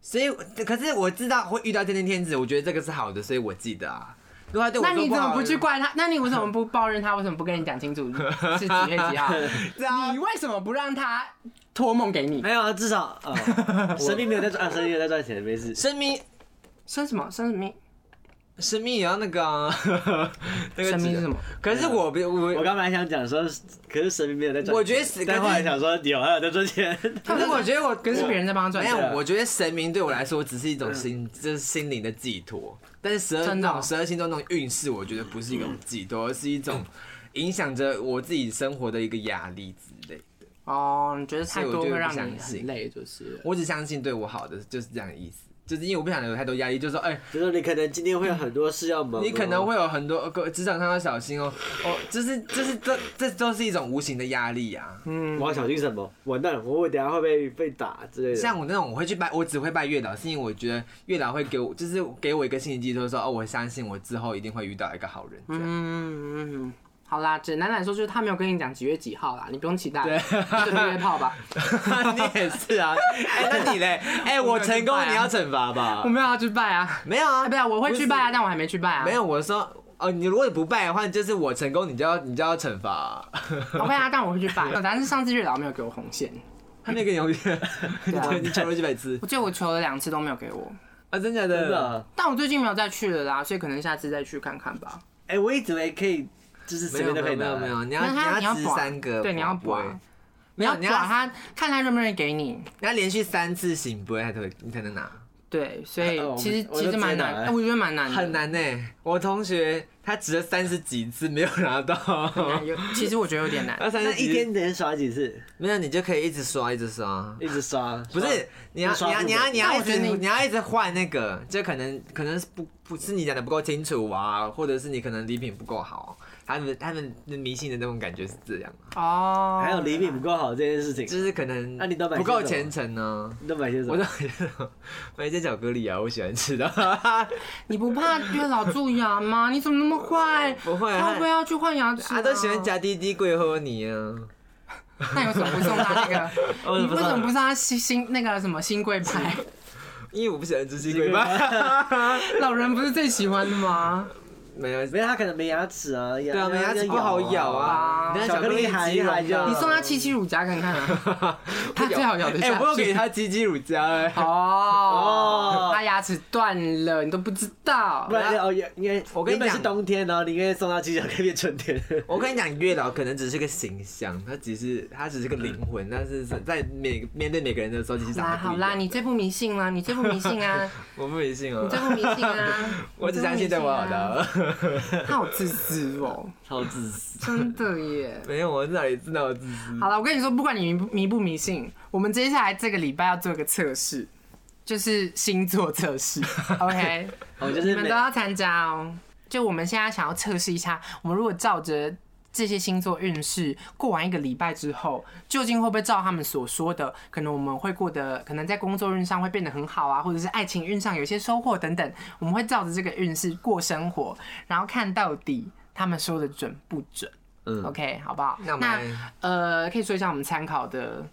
Speaker 3: 所以可是我知道会遇到天天天子，我觉得这个是好的，所以我记得啊。如果他对 *laughs* 我
Speaker 1: 那
Speaker 3: 说
Speaker 1: 你
Speaker 3: 不
Speaker 1: 怎么
Speaker 3: 好，
Speaker 1: 不去怪他？那你为什么不抱怨他？为什么不跟你讲清
Speaker 3: *laughs*
Speaker 1: 楚是几月几号？你为什么不让他托梦给你？
Speaker 2: *laughs* 没有啊，至少
Speaker 1: *laughs*
Speaker 2: 哦啊，神明没有在赚，啊神明没有在赚钱，没事。
Speaker 3: 生命
Speaker 1: 生什么？生什么命？
Speaker 3: 神秘也要那个啊， *laughs* 那个
Speaker 1: 神明
Speaker 3: 纸
Speaker 1: 是什么？
Speaker 3: 可是我别
Speaker 1: 哦
Speaker 3: 我
Speaker 2: 我刚本来想讲说，可是神明没有在赚钱，
Speaker 3: 我觉得是
Speaker 2: 但后来想说有啊，有在赚钱， *laughs*
Speaker 1: 可是我觉得我跟是别人在帮他赚
Speaker 3: 没
Speaker 1: 钱，
Speaker 3: 有，我觉得神明对我来说只是一种心，就是心灵的寄托。但是十二
Speaker 1: 真的
Speaker 3: 那
Speaker 1: 哦
Speaker 3: 种十二星座那种运势，我觉得不是一种寄托，而是一种影响着我自己生活的一个压力之类。
Speaker 1: 哦，你觉得太
Speaker 3: 所以
Speaker 1: 多
Speaker 3: 我就
Speaker 1: 会
Speaker 3: 不
Speaker 1: 让
Speaker 3: 相
Speaker 1: 你很
Speaker 3: 信
Speaker 1: 累，就是了
Speaker 3: 我只相信对我好的，就是这样的意思。就是因为我不想有太多压力，就说哎、
Speaker 2: 就是你可能今天会有很多事要忙哦，
Speaker 3: 你可能会有很多呃职场上要小心哦，哦，就是就是这这都是一种无形的压力啊。
Speaker 1: 嗯
Speaker 2: 我要小心什么？完蛋了，我会等下会被被打之类的。
Speaker 3: 像我那种，我会去拜，我只会拜月老，是因为我觉得月老会给我，就是给我一个心理寄托，说哦，我相信我之后一定会遇到一个好人。这样
Speaker 1: 嗯嗯嗯，好啦，简单来说就是他没有跟你讲几月几号啦，你不用期待，就约约炮吧。
Speaker 3: *laughs* 你也是啊，哎、那你嘞？哎、我成功，你要惩罚吧
Speaker 1: *laughs* 啊我？没有要去拜啊，
Speaker 3: 没有啊，
Speaker 1: 啊对啊，我会去拜啊，
Speaker 3: 不
Speaker 1: 但我还没去拜啊。
Speaker 3: 是。没有，我说哦，你如果不拜的话，就是我成功，你就要你就要惩
Speaker 1: *laughs*
Speaker 3: 罚啊、
Speaker 1: ，OK 啊，但我会去 *laughs* 拜。但是上次月老没有给我红线，
Speaker 3: 他没给你永远， *laughs*
Speaker 1: 对啊
Speaker 3: 你求了几百次
Speaker 1: 我记得我求了两次都没有给我，
Speaker 3: 啊，真假的？
Speaker 2: 真的啊，
Speaker 1: 但我最近没有再去了啦，所以可能下次再去看看吧。
Speaker 2: 哎、我一直以为可以，就是随
Speaker 3: 没有
Speaker 2: 便
Speaker 3: 没
Speaker 2: 都
Speaker 3: 有没有
Speaker 2: 可以拿来
Speaker 3: 没有，你要
Speaker 1: 那他
Speaker 3: 要
Speaker 1: 你
Speaker 3: 吃
Speaker 1: 要啊
Speaker 3: 三个，
Speaker 1: 对，你要补啊
Speaker 3: 拔，
Speaker 1: 你要
Speaker 3: 没有你
Speaker 1: 补
Speaker 3: 要
Speaker 1: 啊他，看他认不认给你。
Speaker 3: 你要连续三次醒不会，才会你才能拿。
Speaker 1: 对，所 *laughs* 以
Speaker 2: 哎我
Speaker 1: 其实
Speaker 2: 我就
Speaker 1: 其实蛮
Speaker 2: 直接拿
Speaker 1: 难，
Speaker 2: 了
Speaker 1: 哎哦我觉得蛮难的，
Speaker 3: 很难呢、我同学他值了三十几次没有拿到，
Speaker 1: 很难。有其实我觉得有点 *laughs* 难。
Speaker 3: *laughs* 那三
Speaker 2: 那
Speaker 3: 十几
Speaker 2: 一
Speaker 3: 次
Speaker 2: 天能刷几次？
Speaker 3: 没有你就可以一直刷一直刷。
Speaker 2: 一直刷？
Speaker 3: 不是，你要
Speaker 2: 刷
Speaker 3: 你要
Speaker 2: 不
Speaker 3: 你要
Speaker 2: 稳
Speaker 3: 你要
Speaker 1: 但
Speaker 3: 一
Speaker 1: 我觉
Speaker 3: 直
Speaker 1: 得你
Speaker 3: 你要一直换那个，就可能可能是不不是你讲的不够清楚啊，或者是你可能礼品不够好，他们他们迷信的那种感觉是这样，啊
Speaker 1: 哦，
Speaker 2: 还有礼品不够好这件事情，
Speaker 3: 就是可能
Speaker 2: 那你都买
Speaker 3: 不
Speaker 2: 些
Speaker 3: 够
Speaker 2: 什么
Speaker 3: 虔诚呢。
Speaker 2: 你都买些什
Speaker 3: 我就
Speaker 2: 么？
Speaker 3: 买一些巧克力啊，我喜欢吃的。 *laughs*
Speaker 1: 你不怕月老蛀牙吗？你怎么那么
Speaker 3: *laughs*
Speaker 1: 坏？
Speaker 3: 不会
Speaker 1: 他会
Speaker 3: 啊
Speaker 1: 不，会啊要去换牙齿、
Speaker 3: 他都喜欢。夹滴滴桂花泥啊。
Speaker 1: 那你为什么不送他那
Speaker 3: *laughs*
Speaker 1: 个？
Speaker 2: 为
Speaker 1: 你
Speaker 2: 什么不
Speaker 1: 为
Speaker 2: 送
Speaker 1: 什么不送他新新那个什么新贵牌？
Speaker 3: 因为我不喜欢吃鸡尾巴。
Speaker 1: *laughs* 老人不是最喜欢的
Speaker 3: *laughs*
Speaker 1: 吗？
Speaker 3: 没有，
Speaker 2: 没有，他可能没牙齿啊，对
Speaker 3: 对啊，没牙齿不好咬
Speaker 1: 啊
Speaker 3: 啊。你看
Speaker 2: 巧克力含一
Speaker 3: 鸡
Speaker 2: 含
Speaker 3: 肉
Speaker 2: 就
Speaker 1: 你送他七七乳夹看看啊，
Speaker 3: *laughs*
Speaker 1: 他最好咬得下
Speaker 3: 哎，
Speaker 1: 去。
Speaker 3: 我有给他鸡鸡乳胶哎。
Speaker 1: 哦
Speaker 2: 哦，
Speaker 1: 他牙齿断了，你都不知道
Speaker 2: 不。然哦，原应该
Speaker 3: 我跟你
Speaker 2: 原本
Speaker 3: 讲
Speaker 2: 是冬天，然后你应该送到机场可以变春天。
Speaker 3: 我跟你讲，月老可能只是个形象，他只是他只是个灵魂，但是在每面对每个人的时候，其实
Speaker 1: 好啦
Speaker 3: 长得不
Speaker 1: 好
Speaker 3: 一
Speaker 1: 啦，
Speaker 3: 样。
Speaker 1: 你最不迷信啦，你最不迷信
Speaker 3: *laughs*
Speaker 1: 啊，
Speaker 3: 我不迷信
Speaker 1: 你
Speaker 3: 哦
Speaker 1: 最，不迷信啊。
Speaker 3: 我只相信对我好的。
Speaker 1: 你最不迷信啊。他好自私哦，
Speaker 3: 超自
Speaker 2: *laughs*
Speaker 3: 私。
Speaker 1: 真的耶。
Speaker 3: 没有，我哪里知道我自私？
Speaker 1: 好了，我跟你说，不管你迷不迷不迷信，我们接下来这个礼拜要做个测试，就是星座测试。OK，
Speaker 2: 我哦就
Speaker 1: 你
Speaker 2: 是
Speaker 1: 们
Speaker 2: 每
Speaker 1: 都要参加哦。就我们现在想要测试一下，我们如果照着这些星座运势过完一个礼拜之后，究竟会不会照他们所说的，可能我们会过得，可能在工作运上会变得很好啊，或者是爱情运上有一些收获等等，我们会照着这个运势过生活，然后看到底他们说的准不准。
Speaker 3: 嗯
Speaker 1: OK，好不好？
Speaker 3: 那我们
Speaker 1: 那
Speaker 3: 来
Speaker 1: 呃，可以说一下我们参考的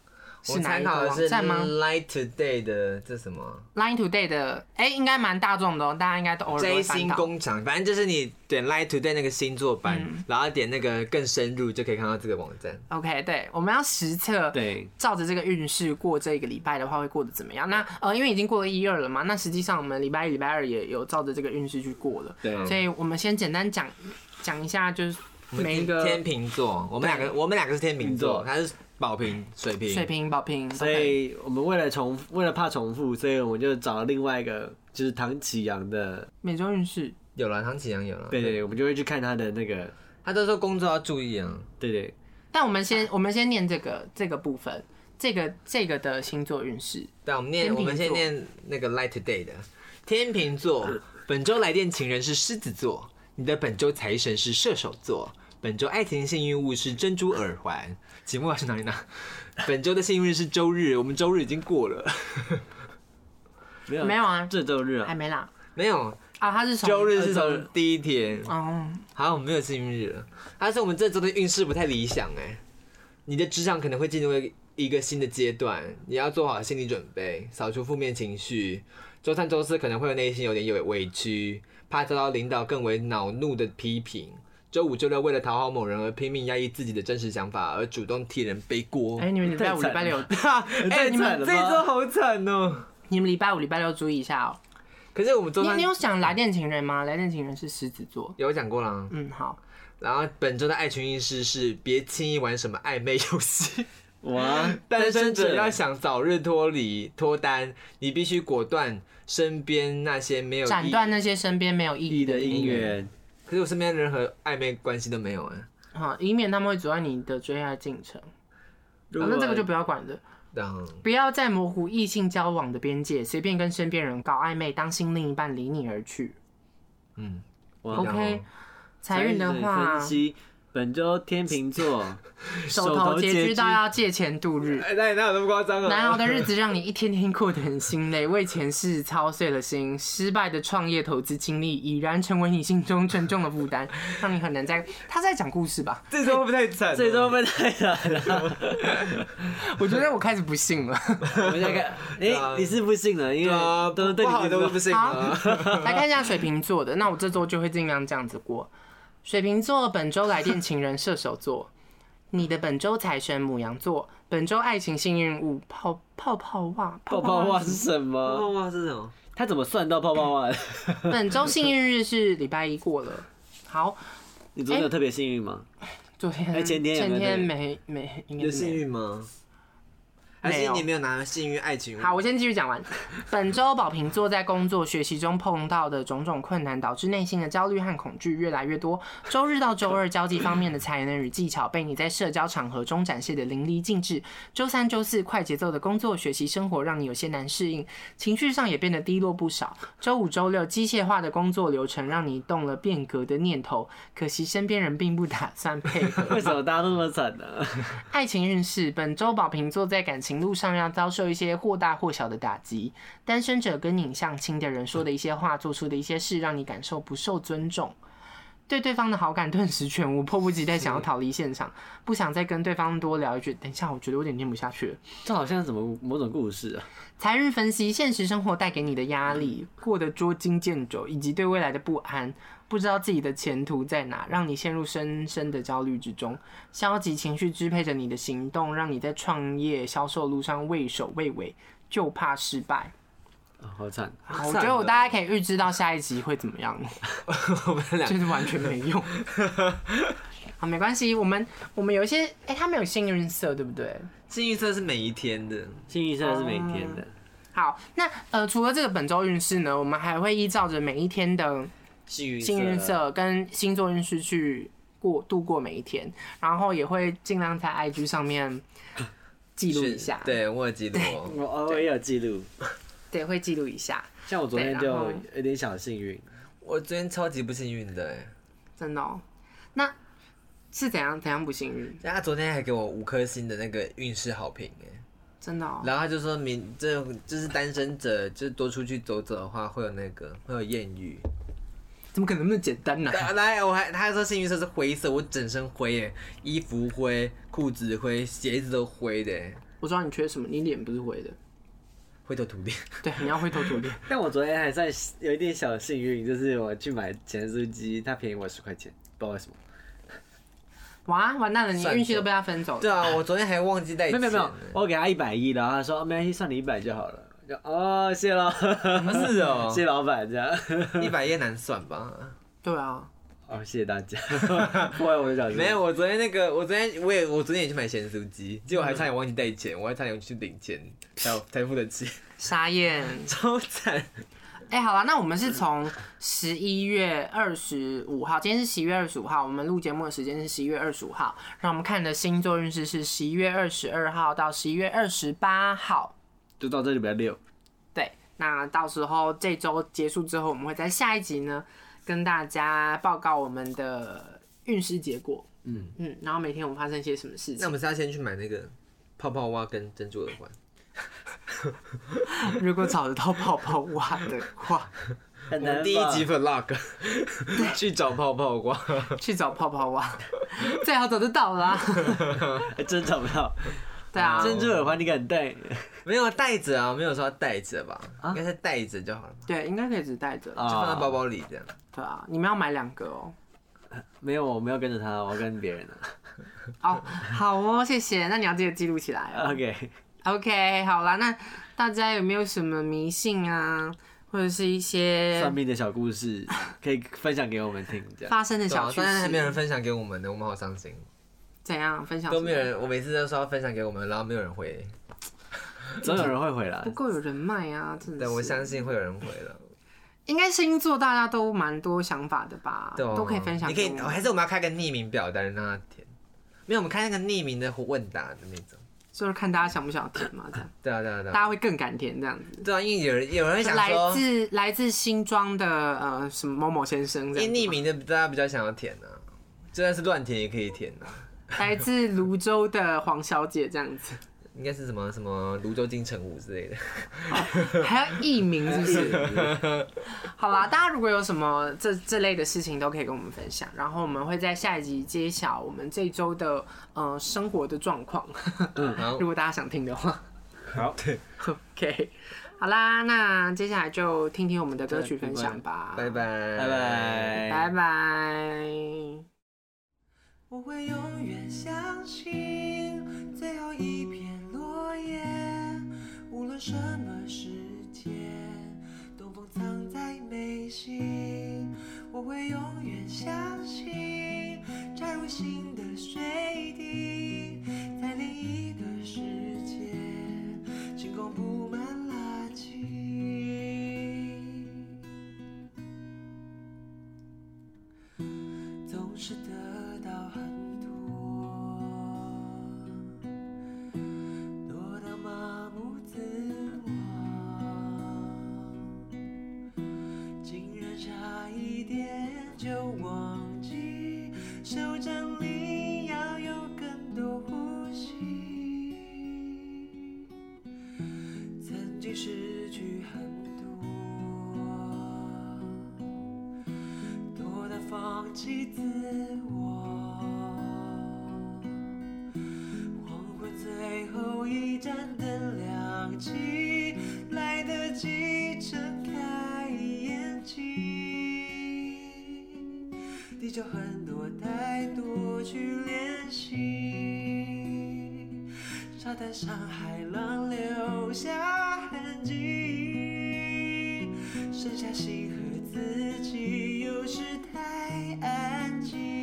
Speaker 1: 是
Speaker 3: 我
Speaker 1: 哪
Speaker 3: 参
Speaker 1: 一个
Speaker 3: 考的
Speaker 1: 网
Speaker 3: 是
Speaker 1: 站吗
Speaker 3: Light Today 的这什么
Speaker 1: ？Line Today 的，哎、应该蛮大众的哦，大家应该都偶尔都
Speaker 3: J
Speaker 1: 会翻
Speaker 3: 星
Speaker 1: 到。
Speaker 3: 工厂，反正就是你点 Light Today 那个星座版，
Speaker 1: 嗯
Speaker 3: 然后点那个更深入，就可以看到这个网站。
Speaker 1: OK，对，我们要实测，
Speaker 2: 对，
Speaker 1: 照着这个运势过这个礼拜的话，会过得怎么样？那呃，因为已经过了一二了嘛，那实际上我们礼拜一、礼拜二也有照着这个运势去过了，
Speaker 2: 对
Speaker 1: 所以我们先简单讲讲一下，就是每一个
Speaker 3: 天秤座，我们两个我们两个是天秤座，他是宝瓶、水瓶。
Speaker 1: 水瓶、宝瓶，
Speaker 2: 所以我们为了重复，为了怕重复，所以我们就找了另外一个，就是唐启阳的，
Speaker 1: 每周运势，
Speaker 3: 有了，唐启阳有了。
Speaker 2: 对对，对，我们就会去看他的那个，
Speaker 3: 他都说工作要注意啊。
Speaker 2: 对对，
Speaker 1: 但我们先我们先念这个这个部分，这个这个的星座运势。
Speaker 3: 对啊，我们
Speaker 1: 天
Speaker 3: 念
Speaker 1: 秤座
Speaker 3: 我们先念那个 Light Today 的天秤座，本周来电情人是狮子座，你的本周财神是射手座。本周爱情幸运物是珍珠耳环，请问我要去哪里拿？ *laughs* 本周的幸运日是周日，我们周日已经过了，
Speaker 2: 没有
Speaker 1: 没有啊
Speaker 2: 这周日
Speaker 1: 还
Speaker 2: 啊，
Speaker 1: 没啦
Speaker 3: 没有，
Speaker 1: 啊，他是从
Speaker 3: 周日是从第一天，
Speaker 1: 嗯，
Speaker 3: 好，我们没有幸运日了。但是我们这周的运势不太理想哎、你的职场可能会进入一个新的阶段，你要做好心理准备，扫除负面情绪。周三、周四可能会有内心有点有委屈，怕遭到领导更为恼怒的批评。周五、周六为了讨好某人而拼命压抑自己的真实想法，而主动替人背锅
Speaker 1: 哎、。你们礼拜五、
Speaker 2: 太惨了 *laughs*
Speaker 1: 礼拜六，
Speaker 3: 哎、
Speaker 2: 太
Speaker 3: 你们
Speaker 2: 惨了
Speaker 3: 这
Speaker 2: 吧
Speaker 3: 一周好惨哦、
Speaker 1: 你们礼拜五、礼拜六注意一下哦、
Speaker 3: 可是我们周
Speaker 1: 你
Speaker 3: 三
Speaker 1: 你有想来电情人吗？来电情人是狮子座。
Speaker 3: 有讲过啦，
Speaker 1: 嗯，好，
Speaker 3: 然后本周的爱情运势是别轻易玩什么暧昧游戏，
Speaker 2: 哇，
Speaker 3: 单身者要想早日脱离脱单，你必须果断身边那些没有意
Speaker 1: 斩断那些身边没有意
Speaker 2: 你
Speaker 1: 义
Speaker 2: 的
Speaker 1: 的
Speaker 2: 姻
Speaker 1: 姻缘，
Speaker 2: 缘，
Speaker 3: 可是我身边任何暧昧关系都没有哎、
Speaker 1: 好，以免他们会阻碍你的追爱进程。
Speaker 2: 如
Speaker 1: 好哦
Speaker 2: 果
Speaker 1: 那这个就不要管了，
Speaker 3: 这样
Speaker 1: 不要再模糊异性交往的边界，随便跟身边人搞暧昧，当心另一半离你而去。
Speaker 3: 嗯，
Speaker 2: 哇
Speaker 1: OK，财运的
Speaker 2: 三
Speaker 1: 话
Speaker 2: 十分，析本周天秤座
Speaker 1: 手头拮据
Speaker 2: 拮
Speaker 1: 到要借钱度 *laughs* 日。
Speaker 3: 哎、那那有那么夸张
Speaker 1: 难熬
Speaker 3: 啊？
Speaker 1: 的日子让你一天天过得很心累，为钱事操碎了心，失败的创业投资经历已然成为你心中沉重的负担，让你很难再……他在讲故事吧？
Speaker 3: 这周会不会太惨？啊
Speaker 2: 这周被太难了，
Speaker 1: 我觉得我开始不信了。
Speaker 2: 我们再看，哎，你是不信了，因
Speaker 3: 对啊，
Speaker 2: 为都
Speaker 3: 不
Speaker 2: 对
Speaker 3: 不好
Speaker 2: 你
Speaker 3: 的
Speaker 2: 都
Speaker 3: 我不行
Speaker 1: 好
Speaker 3: 啊。，
Speaker 1: 来看一下水瓶座的。那我这周就会尽量这样子过。水瓶座本周来电情人射手座，你的本周财神母羊座，本周爱情幸运物泡泡泡袜，
Speaker 2: *laughs* 泡泡袜是
Speaker 3: *laughs*
Speaker 2: 什么？
Speaker 3: 哇，是什么？
Speaker 2: 他怎么算到泡泡袜的？
Speaker 1: 本周幸运日是礼拜一过了。好，
Speaker 2: 你昨天有特别幸运吗？
Speaker 1: 昨天、
Speaker 2: 哎前天有没有
Speaker 1: 前天
Speaker 2: 那
Speaker 1: 没没应该
Speaker 3: 有
Speaker 1: 是没
Speaker 3: 幸运吗？还
Speaker 1: 没
Speaker 3: 是
Speaker 1: 有
Speaker 3: 你没有拿幸运爱情？
Speaker 1: 好，我先继续讲完。本周宝瓶座在工作、学习中碰到的种种困难，导致内心的焦虑和恐惧越来越多。周日到周二，交际方面的才能与技巧被你在社交场合中展现的淋漓尽致。周三、周四，快节奏的工作、学习、生活让你有些难适应，情绪上也变得低落不少。周五、周六，机械化的工作流程让你动了变革的念头，可惜身边人并不打算配合。
Speaker 2: 为什么大家都那么惨呢？
Speaker 1: 爱情运势，本周宝瓶座在感情路上要遭受一些或大或小的打击。单身者跟你相亲的人说的一些话，做出的一些事，让你感受不受尊重，对对方的好感顿时全无，迫不及待想要逃离现场，不想再跟对方多聊一句。等一下，我觉得我有点念不下去了。
Speaker 2: 这好像什么某种故事啊？
Speaker 1: 财运分析，现实生活带给你的压力，
Speaker 2: 嗯
Speaker 1: 过得捉襟见肘，以及对未来的不安，不知道自己的前途在哪，让你陷入深深的焦虑之中。消极情绪支配着你的行动，让你在创业、销售路上畏首畏尾，就怕失败。
Speaker 2: 啊好惨！
Speaker 1: 好，我觉得我大概可以预知到下一集会怎么
Speaker 2: *laughs*
Speaker 1: 样，
Speaker 3: 我们俩
Speaker 1: 就是完全没用。好，没关系，我们我们有一些，哎、他们有幸运色，对不对？
Speaker 3: 幸运色是每一天的，
Speaker 2: 幸运色是每天的，
Speaker 1: 好，那呃，除了这个本周运势呢，我们还会依照着每一天的
Speaker 3: 幸运
Speaker 1: 幸运色跟星座运势去过度过每一天，然后也会尽量在 IG 上面记录一下，
Speaker 3: 对我有记录哦。
Speaker 2: 我偶尔也有记录，
Speaker 1: 对，会记录一下，
Speaker 2: 像我昨天
Speaker 1: 对
Speaker 2: 就
Speaker 1: 然后
Speaker 2: 有点小幸运，
Speaker 3: 我昨天超级不幸运的哎，
Speaker 1: 真的、哦。那是怎样怎样不幸运？
Speaker 3: 但他昨天还给我五颗星的那个运势好评哎，
Speaker 1: 真的哦，
Speaker 3: 然后他就说明这就是单身者，就是多出去走走的话会有那个会有艳遇。
Speaker 1: 怎么可能那么简单呢、
Speaker 3: 啊来，我还他还说幸运色是灰色，我整身灰耶，衣服灰，裤子灰，鞋子都灰的耶，
Speaker 1: *laughs* 我知道你缺什么，你脸不是灰的，
Speaker 3: 灰头土脸。
Speaker 1: 对，你要灰头土脸。
Speaker 2: 但我昨天还算有一点小幸运，就是我去买钱酥鸡，它便宜我十块钱，不知道为什么。
Speaker 1: 哇，完蛋了，你
Speaker 3: 算
Speaker 1: 运气
Speaker 3: 错
Speaker 1: 都被他分走
Speaker 3: *laughs* 对
Speaker 1: 了。
Speaker 3: 啊，我昨天还忘记带
Speaker 2: 没有
Speaker 3: 钱
Speaker 2: 没
Speaker 3: 呢。
Speaker 2: 有没 *laughs* 有，哎我给他一百一，然后他说、哦、没关系，算你一百就好了。我就哦，谢喽，
Speaker 3: 是哦，
Speaker 2: 谢老板这样。
Speaker 3: 一百页难算吧？
Speaker 1: 对啊，
Speaker 2: 哦，谢谢大
Speaker 3: *laughs*
Speaker 2: 家，破坏我的小心。
Speaker 3: 没有，，我昨天那个，我昨天我也我昨天也去买咸酥鸡，结果还差点忘记带钱，我还差点去领钱，才有才付得起， *laughs*
Speaker 1: 沙燕，
Speaker 3: 超惨。
Speaker 1: 哎、好了，那我们是从十一月二十五号，今天是十一月二十五号，我们录节目的时间是十一月二十五号。让我们看的星座运势是十一月二十二号到十一月二十八号。
Speaker 2: 就到这里比较溜。
Speaker 1: 对，那到时候这周结束之后，我们会在下一集呢跟大家报告我们的运势结果。嗯嗯，然后每天我们发生一些什么事
Speaker 3: 那
Speaker 1: 情。
Speaker 3: 我们是要先去买那个泡泡袜跟珍珠耳环，
Speaker 1: 如果找得到泡泡袜的话，
Speaker 2: 很
Speaker 3: 我
Speaker 2: 难
Speaker 3: 们
Speaker 2: 吧
Speaker 3: 第一集 vlog 去找泡泡袜，
Speaker 1: *laughs* 去找泡泡袜， *laughs* 最好找得到啦。
Speaker 2: 还真找不到
Speaker 1: 对啊，
Speaker 2: 珍珠耳环，你敢
Speaker 3: *laughs*
Speaker 2: 戴？
Speaker 3: 没有带着啊，没有说要带着吧，
Speaker 1: 啊
Speaker 3: 应该是带着就好了嘛，
Speaker 1: 对，应该可以只带着。
Speaker 3: 就放在包
Speaker 2: 包。
Speaker 3: 包里这样。
Speaker 1: 对啊，你们要买两个哦。
Speaker 2: 没有，我没有跟着他，我跟别人啊的。
Speaker 3: *laughs*
Speaker 1: 哦，好哦， *laughs* 谢谢。那你要记得记录起来哦。
Speaker 2: OK，
Speaker 1: OK，好啦，那大家有没有什么迷信啊，或者是一些
Speaker 2: 算命的小故事，可以分享给我们听，这样。
Speaker 1: 发生的
Speaker 3: 对啊
Speaker 1: 小趣
Speaker 3: 但是还没有人
Speaker 1: 事，
Speaker 3: 分享给我们呢，我们好伤心，
Speaker 1: 怎样分享
Speaker 3: 都没有
Speaker 1: 什么
Speaker 3: 人，我每次都说要分享给我们，然后没有人回，
Speaker 2: 总有人会回来
Speaker 1: 不。够有人脉啊，真的
Speaker 3: 但
Speaker 1: 是。啊
Speaker 3: 我相信会有人回的。
Speaker 1: 应该星座大家都蛮多想法的吧，
Speaker 3: 对啊
Speaker 1: 都可以分享
Speaker 3: 你可
Speaker 1: 给我
Speaker 3: 以，
Speaker 1: 们。
Speaker 3: 还是我们要开个匿名表单让他填？没有，我们开那个匿名的问答的那种。
Speaker 1: 就是看大家想不想填嘛，
Speaker 3: *laughs*
Speaker 1: 这样
Speaker 3: 对啊，对啊，对
Speaker 1: 大
Speaker 3: 啊，
Speaker 1: 家会更敢填这样子。
Speaker 3: 对啊，因为有人有人会想
Speaker 1: 来
Speaker 3: 说，
Speaker 1: 自来自新庄的呃什么某某先生
Speaker 3: 因
Speaker 1: 这样
Speaker 3: 为
Speaker 1: 子
Speaker 3: 匿
Speaker 1: 吗，
Speaker 3: 名的大家比较想要填呢、啊，就算是乱填也可以填啊。
Speaker 1: 来自泸州的黄小姐这样子，
Speaker 3: 应该是什么什么泸州金城武之类的。 *laughs*
Speaker 1: 还要艺名是不是？好啦，大家如果有什么这这类的事情都可以跟我们分享，然后我们会在下一集揭晓我们这周的呃生活的状况，
Speaker 3: 然后
Speaker 1: *laughs* 如果大家想听的话。 *laughs*
Speaker 2: 好，
Speaker 1: OK，好啦，那接下来就听听我们的歌曲分享吧。
Speaker 3: 拜拜，
Speaker 2: 拜
Speaker 3: *laughs* 拜。
Speaker 1: 拜
Speaker 2: 拜，
Speaker 1: 拜。
Speaker 5: 我会永远相信最后一片落叶，无论什么时节，东风藏在眉心。我会永远相信摘入心的水滴，在另一个世界，星空布满垃圾。总是得到很多，多到麻木自我，竟然差一点就忘记，手掌里要有更多呼吸。曾经失去很多。多的放弃自我。黄昏最后一盏灯亮起，来得及睁开眼睛。地球很多太多去练习，沙滩上海浪留下痕迹，剩下心和自己，有时太安静。Oh, oh,